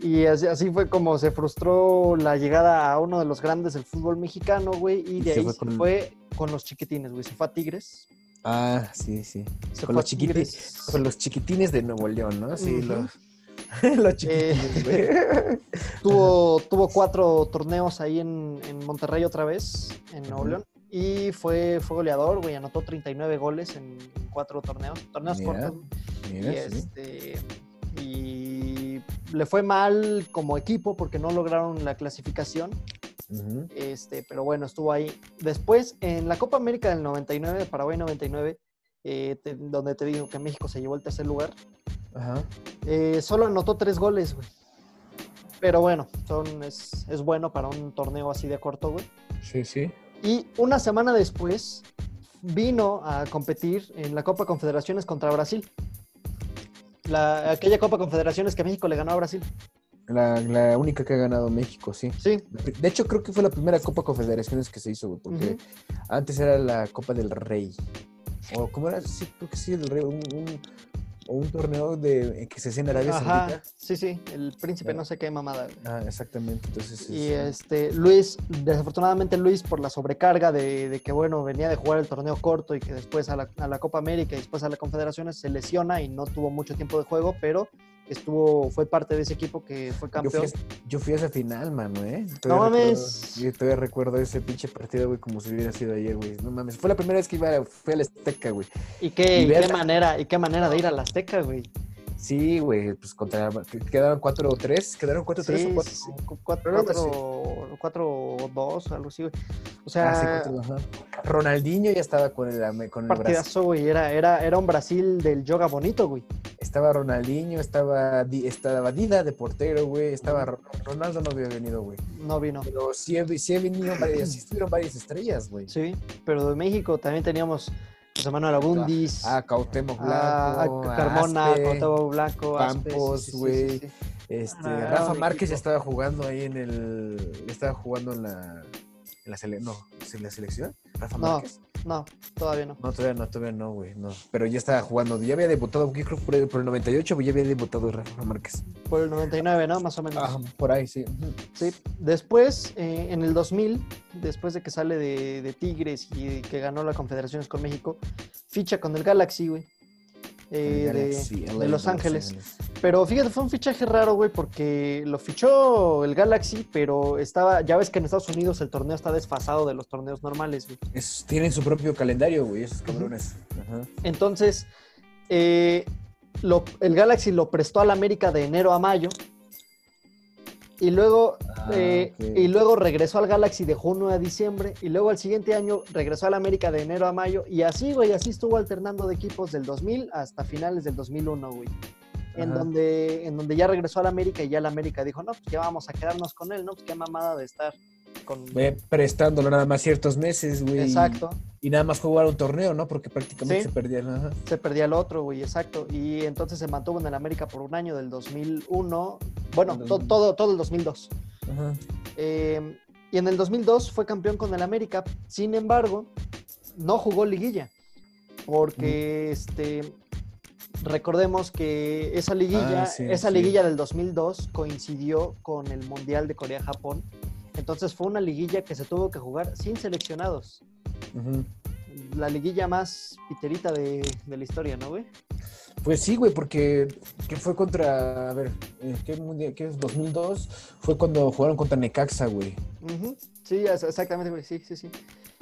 Y así, así fue como se frustró la llegada a uno de los grandes del fútbol mexicano, güey. Y Y de se ahí fue se con- fue con los chiquitines, güey. Se fue a Tigres. Ah, sí, sí. Se fue Con los a chiquiti- Tigres. Con los chiquitines de Nuevo León, ¿no? Sí, Ujú. Eh, los, los chiquitines, güey. Tuvo, tuvo cuatro torneos ahí en, en Monterrey otra vez, en Nuevo Ujú. León. Y fue, fue goleador, güey. Anotó 39 goles en, en cuatro torneos. Torneos Mira, cortos. Mira, y, sí. este, y le fue mal como equipo porque no lograron la clasificación. Ujú. Este, pero bueno, estuvo ahí. Después, en la Copa América del 99, de Paraguay 99, eh, te- donde te digo que México se llevó el tercer lugar. Ajá. Eh, solo anotó tres goles, güey. Pero bueno, son, es, es bueno para un torneo así de corto, güey. Sí, sí. Y una semana después vino a competir en la Copa Confederaciones contra Brasil. La, aquella Copa Confederaciones que México le ganó a Brasil. La, la única que ha ganado México, sí. Sí, De hecho, creo que fue la primera Copa Confederaciones que se hizo, güey, porque antes era la Copa del Rey. O cómo era, sí, creo que sí, el Rey, un, un- o un torneo de, eh, que se hacía en Arabia Ajá, Saudita. sí, sí, el príncipe Ya. no sé qué mamada. güey. Ah, exactamente. Entonces, Y este, este, Luis, desafortunadamente Luis, por la sobrecarga de, de que, bueno, venía de jugar el torneo corto y que después a la, a la Copa América y después a la Confederaciones se lesiona y no tuvo mucho tiempo de juego, pero estuvo, fue parte de ese equipo que fue yo, fui campeón. a, yo fui a esa final, mano, ¿eh? No Todavía mames. recuerdo- sí, todavía recuerdo ese pinche partido, güey, como si hubiera sido ayer, güey. No mames. Fue la primera vez que iba, a- fui a la Azteca, güey. ¿Y qué, y y qué verla. manera, y qué manera de ir a la Azteca, güey. Sí, güey, pues contra. Quedaron 4 o 3. Quedaron 4 o 3 Sí, o 4. sí, cu- cuatro, Pero algo así. cuatro, cuatro o dos, algo así, güey. O sea, Ah, sí, cuatro, ajá. Ronaldinho ya estaba con el, ame- con el Brasil. partidazo, güey. Era, era, era un Brasil del yoga bonito, güey. Estaba Ronaldinho, estaba, Di- estaba Dida de portero, güey. Estaba Ro- Ronaldo no había venido, güey. No vino. Pero sí, he- sí he venido varias, sí estuvieron varias estrellas, güey. Sí, pero de México también teníamos pues, a Manuel Abundis, Ah, Cautemo Ah, Blanco, a, a Ah, Carmona, Aspe, Cuauhtémoc Blanco, Aspe, sí, Campos, sí, sí, güey. sí, sí. este, Ah, era Rafa un Márquez ya equipo. estaba jugando ahí en el, estaba jugando en la, en la sele- no, en la selección, Rafa No. Márquez. No, todavía no. No, todavía no, todavía no, güey, no. Pero ya estaba jugando, ya había debutado, yo creo por el, por el 98, güey, ya había debutado Rafa Márquez. Por el 99, ¿no? Más o menos. Ajá, por ahí, sí. Ujú. Sí. Después, eh, en el 2000, después de que sale de, de Tigres y que ganó la Confederaciones con México, ficha con el Galaxy, güey. eh, de- Galaxy, de, LA Los Galaxy, Ángeles. Pero fíjate, fue un fichaje raro, güey, porque lo fichó el Galaxy, pero estaba, ya ves que en Estados Unidos el torneo está desfasado de los torneos normales, güey. Es- tienen su propio calendario, güey, esos cabrones. Ajá. Entonces, eh, lo- el Galaxy lo prestó al América de enero a mayo. Y luego, Ah, eh, ok. y luego regresó al Galaxy de junio a diciembre. Y luego al siguiente año regresó al América de enero a mayo. Y así, güey, así estuvo alternando de equipos del 2000 hasta finales del 2001, güey. En Ajá. donde, en donde ya regresó al América y ya el América dijo, no, pues ya vamos a quedarnos con él, ¿no? Pues qué mamada de estar con... Ve prestándolo nada más ciertos meses, güey. Exacto. Y nada más jugar un torneo, ¿no? Porque prácticamente Sí. se perdieron. Ajá. se perdía el otro, güey, exacto. Y entonces se mantuvo en el América por un año, del 2001, bueno, Del to- 2000. todo, todo el 2002. Ajá. Eh, y en el 2002 fue campeón con el América, sin embargo, no jugó liguilla, porque este, recordemos que esa liguilla, Ah, sí, esa sí. liguilla del 2002 coincidió con el Mundial de Corea-Japón, entonces fue una liguilla que se tuvo que jugar sin seleccionados. Ujú. La liguilla más piterita de, de la historia, ¿no, güey? Pues sí, güey, porque que fue contra. A ver, eh, ¿qué, mundial, ¿qué es? 2002. Fue cuando jugaron contra Necaxa, güey. Ujú, Sí, as- exactamente, güey. Sí, sí, sí.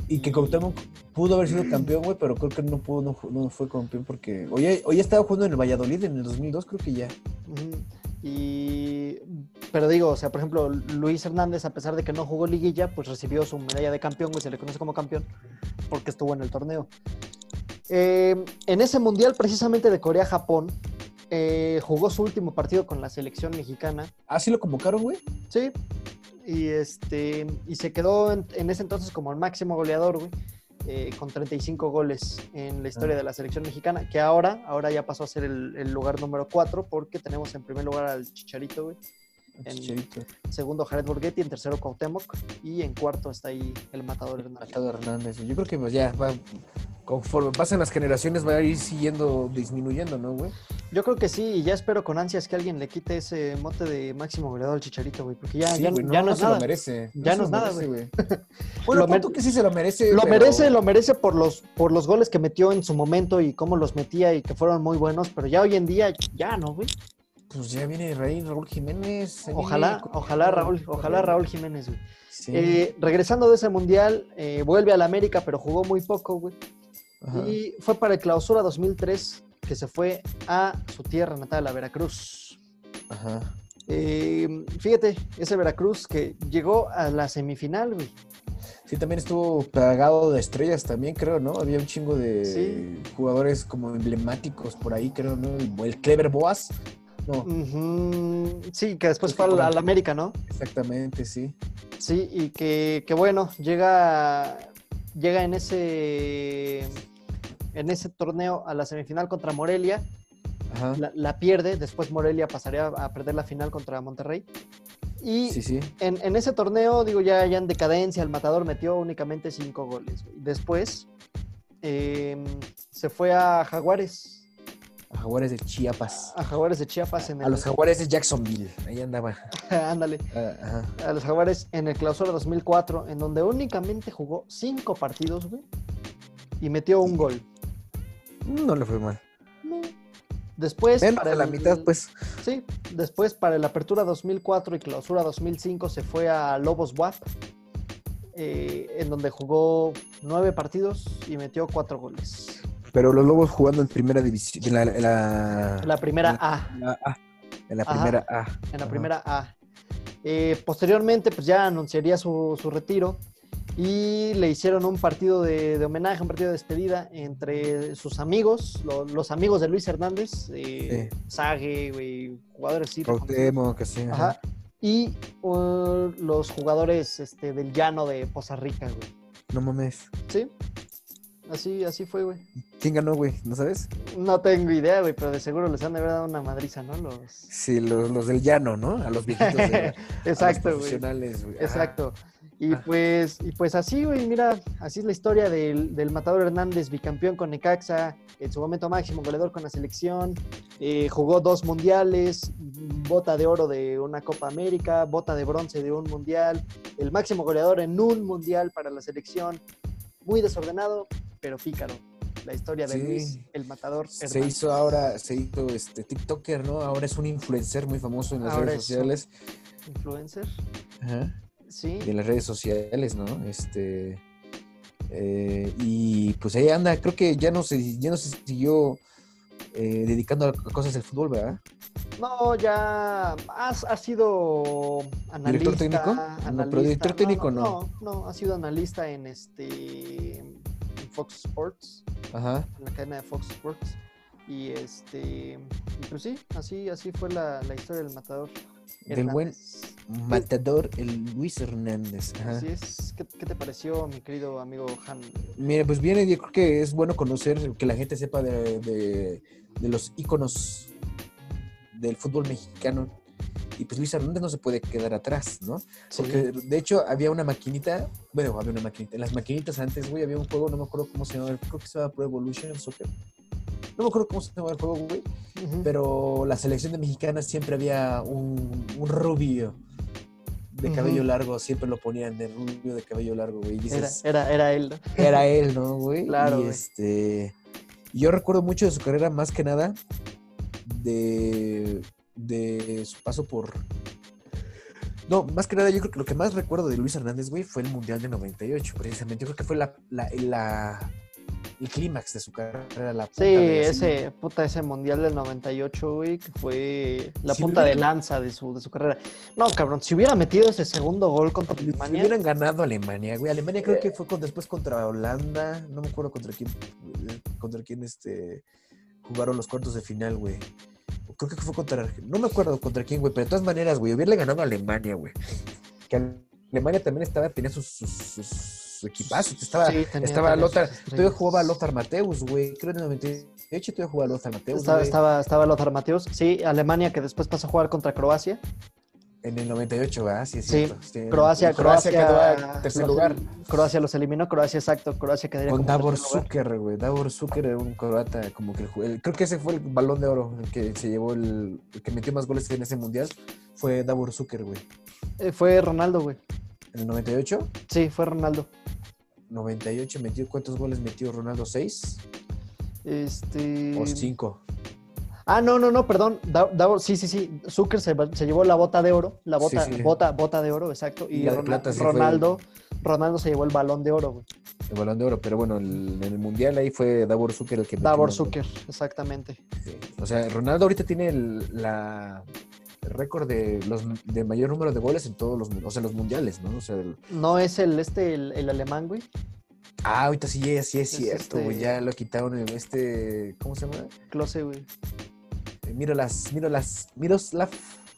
Y que Cuauhtémoc pudo haber sido campeón, güey, pero creo que no pudo, no, ju- no fue campeón porque. Oye, oye, estaba jugando en el Valladolid en el 2002, creo que ya. Ujú. Y. Pero digo, o sea, por ejemplo, Luis Hernández, a pesar de que no jugó liguilla, pues recibió su medalla de campeón, güey, se le conoce como campeón, porque estuvo en el torneo. Eh, en ese mundial, precisamente de Corea-Japón, eh, jugó su último partido con la selección mexicana. Ah, sí lo convocaron, güey. Sí. Y este y se quedó en, en ese entonces como el máximo goleador, güey, eh, con 35 goles en la historia Ah. de la selección mexicana, que ahora, ahora ya pasó a ser el, el lugar número 4 porque tenemos en primer lugar al Chicharito, güey, En- Chicharito. segundo Jared Borghetti, en tercero Cuauhtémoc y en cuarto está ahí el matador Hernández. Matado Hernández. güey. Yo creo que pues, ya va. Conforme pasan las generaciones, va a ir siguiendo disminuyendo, ¿no, güey? Yo creo que sí, y ya espero con ansias que alguien le quite ese mote de máximo goleador al Chicharito, güey, porque ya, Sí, ya, güey, ya no, es se nada. lo merece. Ya se no lo es nada, merece, bueno, Lo mer- punto que sí se lo merece. Lo pero- merece, lo merece por los, por los goles que metió en su momento y cómo los metía y que fueron muy buenos, pero ya hoy en día, ya no, güey. Pues ya viene Raúl, Raúl Jiménez. se viene Ojalá, con- ojalá Raúl, ojalá Raúl Jiménez, güey. Sí. Eh, regresando de ese mundial, eh, vuelve al América, pero jugó muy poco, güey. Ajá. Y fue para el clausura 2003 que se fue a su tierra natal, a Veracruz. Ajá. Eh, fíjate, ese Veracruz que llegó a la semifinal, güey. Sí, también estuvo plagado de estrellas también, creo, ¿no? Había un chingo de Sí. jugadores como emblemáticos por ahí, creo, ¿no? El, el Clever Boas. No, Mm. Ujú, Sí, que después fue al, al América, ¿no? exactamente, sí. Sí, y que, que bueno, llega, llega en ese en ese torneo a la semifinal contra Morelia, Ajá. la, la pierde, después Morelia pasaría a perder la final contra Monterrey. Y Sí, sí. en, en ese torneo, digo, ya, ya en decadencia, el matador metió únicamente cinco em, goles. güey. Después eh, se fue a Jaguares a Jaguares de Chiapas. A Jaguares de Chiapas en el... A los Jaguares de Jacksonville. Ahí andaba. Ándale. Ah, ajá. A los Jaguares en el clausura 2004, en donde únicamente jugó cinco partidos, güey. Y metió un gol. No le fue mal. No. Después... Menos para de la el- mitad, pues. Sí, después para la apertura 2004 y clausura 2005 se fue a Lobos WAP, eh, en donde jugó nueve partidos y metió cuatro goles. Pero los Lobos jugando en primera división. En la, en la- La primera A, en la A. En la Ajá. primera A. en la Ajá. primera A. Eh, posteriormente, pues ya anunciaría su, su retiro y le hicieron un partido de, de homenaje, un partido de despedida entre sus amigos, lo- los amigos de Luis Hernández, eh, Sague, güey, jugadores así reconocidos. Cuauhtémoc, así, ajá. Ajá. Y uh, los jugadores este, del llano de Poza Rica, güey. No mames. ¿Sí? Así, así fue, güey. ¿Quién ganó, güey? ¿No sabes? No tengo idea, güey, pero de seguro les han de haber dado una madriza, ¿no? Los... Sí, los, los del llano, ¿no? A los viejitos. de- a Exacto, los güey. profesionales, güey. Ajá. Ah. Exacto. Y Ajá. pues, y pues así, güey, mira, así es la historia del, del Matador Hernández, bicampeón con Necaxa, en su momento máximo, goleador con la selección, eh, jugó dos mundiales, bota de oro de una Copa América, bota de bronce de un mundial, el máximo goleador en un mundial para la selección, muy desordenado, pero pícaro. La historia de Sí. Luis, el Matador Hernández. Ah, Se hizo ahora, se hizo este TikToker, ¿no? Ahora es un influencer muy famoso en las Ahora redes es un- sociales. Influencer, Ajá. sí. De las redes sociales, ¿no? Este. eh, y pues ahí anda, creo que ya no se, ya no se siguió eh, dedicando a cosas del fútbol, ¿verdad? No, ya has, ha sido analista. ¿Director técnico? No, pero analista. director técnico no. No, no, ha sido analista en este en Fox Sports, Ajá. en la cadena de Fox Sports. Y este, y pues sí, así, así fue la, la historia del matador. Del buen Hernández. Matador, el Luis Hernández. Ajá. Así es. ¿Qué, qué te pareció, mi querido amigo Han? Mira, pues bien, yo creo que es bueno conocer, que la gente sepa de, de- de los íconos del fútbol mexicano. Y pues Luis Hernández no se puede quedar atrás, ¿no? Porque de hecho había una maquinita, bueno, había una maquinita, en las maquinitas antes, güey, había un juego, no me acuerdo cómo se llamaba, creo que se llamaba Pro Evolution Soccer. No me acuerdo cómo se llamaba el juego, güey, Ujú. pero la selección de mexicanas siempre había un, un rubio de cabello Ujú. largo, siempre lo ponían de rubio de cabello largo, güey. y era, dices, era, era él. ¿no? era él, ¿no, güey? Claro, Y güey. este. y Yo recuerdo mucho de su carrera, más que nada, de, de su paso por. No, más que nada, yo creo que lo que más recuerdo de Luis Hernández, güey, fue el Mundial de 98, precisamente. Yo creo que fue la, la, la- el clímax de su carrera, la punta Sí, de- ese, puta, ese mundial del 98, güey, que fue la Si punta de hubiera- lanza de su, de su carrera. No, cabrón, si hubiera metido ese segundo gol contra Si Alemania, hubieran ganado a Alemania, güey. Alemania creo que fue con- después contra Holanda. No me acuerdo contra quién, eh, contra quién este, jugaron los cuartos de final, güey. Creo que fue contra. Arge- No me acuerdo contra quién, güey. Pero de todas maneras, güey, hubiera ganado a Alemania, güey. Que Alemania también estaba, tenía sus, sus, sus- sus equipazos. Estaba, Sí, tenía- estaba tenía Lothar. sus Todavía estrellas. jugaba Lothar Mateus, güey. Creo que en el 98 todavía jugaba Lothar Mateus. estaba, güey. estaba, estaba Lothar Mateus. Sí, Alemania que después pasó a jugar contra Croacia. En el 98, ¿verdad? ah, Sí, es Sí, cierto. Sí, Croacia, Croacia. Eh, quedó en tercer los- lugar. Croacia los eliminó, Croacia exacto, Croacia quedaría Con como tercer Davor lugar. Zucker, güey. Davor Zucker era un croata, como que el, ju- el- creo que ese fue el balón de oro, el que se llevó el, el que metió más goles en ese mundial fue Davor Zucker, güey. Eh, fue Ronaldo, güey. En el 98, Sí, fue Ronaldo. 98 metió cuántos goles metió Ronaldo, 6 Este. o 5. Ah, no, no, no, perdón. Da- Davor- sí, sí, sí. Zucker se, se llevó la bota de oro, la bota, Sí, sí. bota, bota de oro, exacto. Y, Y la de Rona- plata sí fue- Ronaldo, Ronaldo se llevó el balón de oro, güey. El balón de oro, pero bueno, el- en el mundial ahí fue Davor Zucker el que metió Davor más Zucker, exactamente. goles. O sea, Ronaldo ahorita tiene el, la el récord de los de mayor número de goles en todos los, mun- o sea, los mundiales, ¿no? O sea, el- No es el este el, el alemán, güey. Ah, ahorita sí, ya- sí Es es cierto, güey. este- Ya lo quitaron en este. ¿Cómo se llama? Klose, güey. Eh, Mirolas, Mirolas, Miroslav,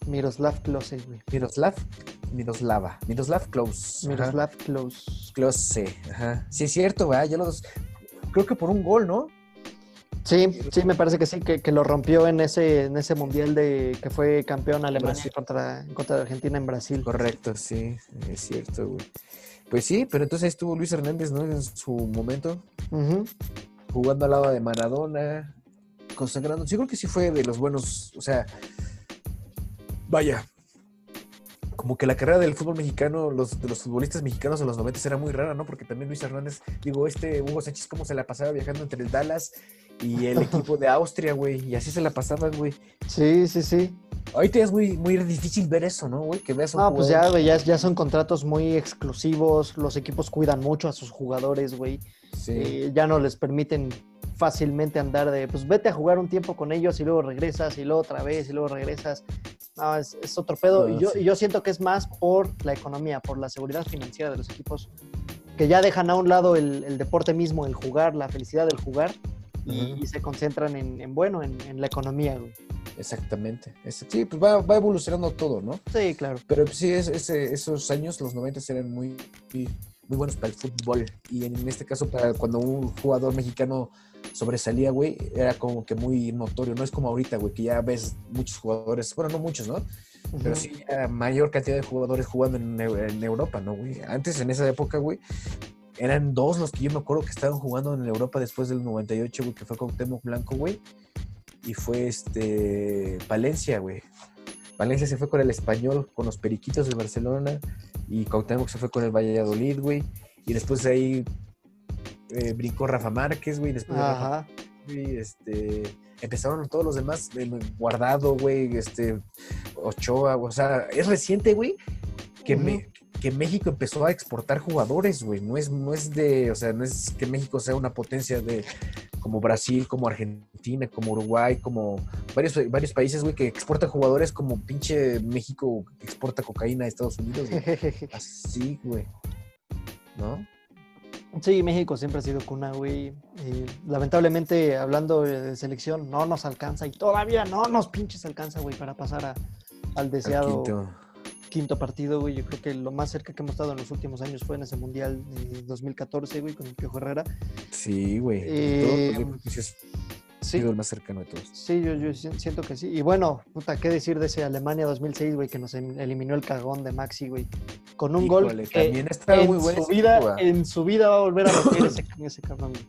Miroslav Klose, güey. Miroslav, Miroslava, Miroslav Klaus. Miroslav Miroslav Klose. Klose, ajá. Sí es cierto, güey. Ya los. Creo que por un gol, ¿no? Sí, sí, me parece que sí, que, que lo rompió en ese, en ese mundial de que fue campeón Alemania Brasil. contra, contra Argentina en Brasil. Correcto, sí, es cierto, güey. Pues sí, pero entonces ahí estuvo Luis Hernández, ¿no? En su momento, Ujú. jugando al lado de Maradona, consagrando. Yo creo que sí fue de los buenos, o sea, vaya, como que la carrera del fútbol mexicano, los, de los futbolistas mexicanos en los 90 era muy rara, ¿no? Porque también Luis Hernández, digo, este Hugo Sánchez, ¿cómo se la pasaba viajando entre el Dallas y el equipo de Austria, güey? Y así se la pasaban, güey. Sí, sí, sí. Ahorita es muy, muy difícil ver eso, ¿no, güey? Que veas un No, pues ya, jugador- güey, ya, ya son contratos muy exclusivos. Los equipos cuidan mucho a sus jugadores, güey. Sí. Eh, ya no les permiten fácilmente andar de, pues vete a jugar un tiempo con ellos y luego regresas y luego otra vez y luego regresas. No, es, es otro pedo. Ah, y, yo, sí. y yo siento que es más por la economía, por la seguridad financiera de los equipos, que ya dejan a un lado el, el deporte mismo, el jugar, la felicidad del jugar, y, Ujú. y se concentran en, en, bueno, en, en la economía. güey. Exactamente. Es- Sí, pues va, va evolucionando todo, ¿no? Sí, claro. Pero pues, sí, es- ese- esos años, los 90 eran muy, muy muy buenos para el fútbol. Y en, en este caso, para cuando un jugador mexicano sobresalía, güey, era como que muy notorio. No es como ahorita, güey, que ya ves muchos jugadores, bueno, no muchos, ¿no? Pero Ujú. sí, ya mayor cantidad de jugadores jugando en, Eu- en Europa, ¿no, güey? Antes, en esa época, güey, eran dos los que yo me acuerdo que estaban jugando en Europa después del 98, güey, que fue Cuauhtémoc Blanco, güey, y fue este Valencia, güey. Valencia se fue con el Español, con los Periquitos de Barcelona, y Cuauhtémoc se fue con el Valladolid, güey, y después de ahí eh, brincó Rafa Márquez, güey, y después de Rafa Ajá. güey, este, empezaron todos los demás, el Guardado, güey, este, Ochoa, o sea, es reciente, güey, que, Ujú. me- que México empezó a exportar jugadores, güey, no es, no es de, o sea, no es que México sea una potencia de, como Brasil, como Argentina, como Uruguay, como varios, varios países, güey, que exportan jugadores como pinche México que exporta cocaína a Estados Unidos, güey. así, güey, ¿no? Sí, México siempre ha sido cuna, güey. Y lamentablemente, hablando de selección, no nos alcanza y todavía no nos pinches alcanza, güey, para pasar a- al Al deseado quinto. quinto. partido, güey. Yo creo que lo más cerca que hemos estado en los últimos años fue en ese Mundial de 2014, güey, con el Piojo Herrera. Sí, güey. Eh, Todo, yo creo que sí es- ha Sí, sido el más cercano de todos. sí, yo, yo si- siento que sí. Y bueno, puta, ¿qué decir de ese Alemania 2006, güey, que nos em- eliminó el cagón de Maxi, güey? Con un Híjole, gol que también está en muy buena su, esa vida, película. en su vida va a volver a meter ese, ese cabrón, güey.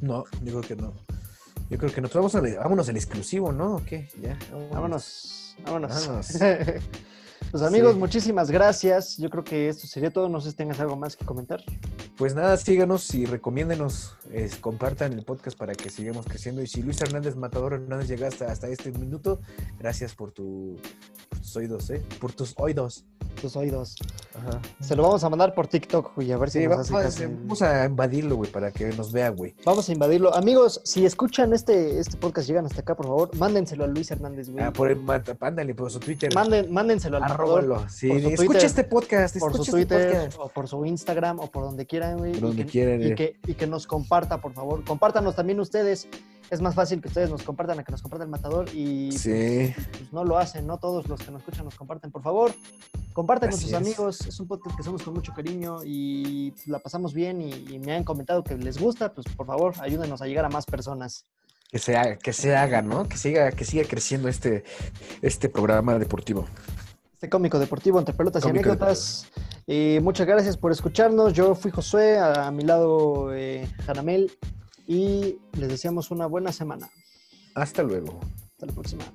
No, yo creo que no. Yo creo que no. Pues vamos al- vámonos al exclusivo, ¿no? ¿O qué? Ya. Vámonos, vámonos. Vámonos. pues amigos, Sí. muchísimas gracias. Yo creo que esto sería todo. No sé si tengas algo más que comentar. Pues nada, síganos y recomiéndenos, es, compartan el podcast para que sigamos creciendo. Y si Luis Hernández Matador Hernández llega hasta, hasta este minuto, gracias por, tu, por tus oídos, ¿eh? Por tus oídos. Tus oídos. Ajá. Se lo vamos a mandar por TikTok, güey, a ver si Sí, nos vamos, hace caso. a- vamos a invadirlo, güey, para que nos vea, güey. Vamos a invadirlo. Amigos, si escuchan este, este podcast, llegan hasta acá, por favor, mándenselo a Luis Hernández, güey. Ah, por el, mata- ándale, por su Twitter. Manden- mándenselo al matador, Arróbalo. Sí, por su escucha Twitter. este podcast. por su escucha este Twitter podcast. o por su Instagram o por donde quieran, güey. y Donde que- quieran. y eh. que, y que nos comparta, por favor. Compártanos también ustedes. Es más fácil que ustedes nos compartan a que nos comparta el matador y Sí. pues no lo hacen, no todos los que nos escuchan nos comparten, por favor. Compartan con Así sus es. amigos, es un podcast que somos con mucho cariño y pues, la pasamos bien y, y me han comentado que les gusta, pues por favor, ayúdenos a llegar a más personas. Que se haga, que se haga, ¿no? Que siga, que siga creciendo este, este programa deportivo. Este cómico deportivo entre pelotas Cómico y anécdotas. Eh, muchas gracias por escucharnos. Yo fui Josué, a, mi lado eh, Janamel y les deseamos una buena semana. Hasta luego. Hasta la próxima.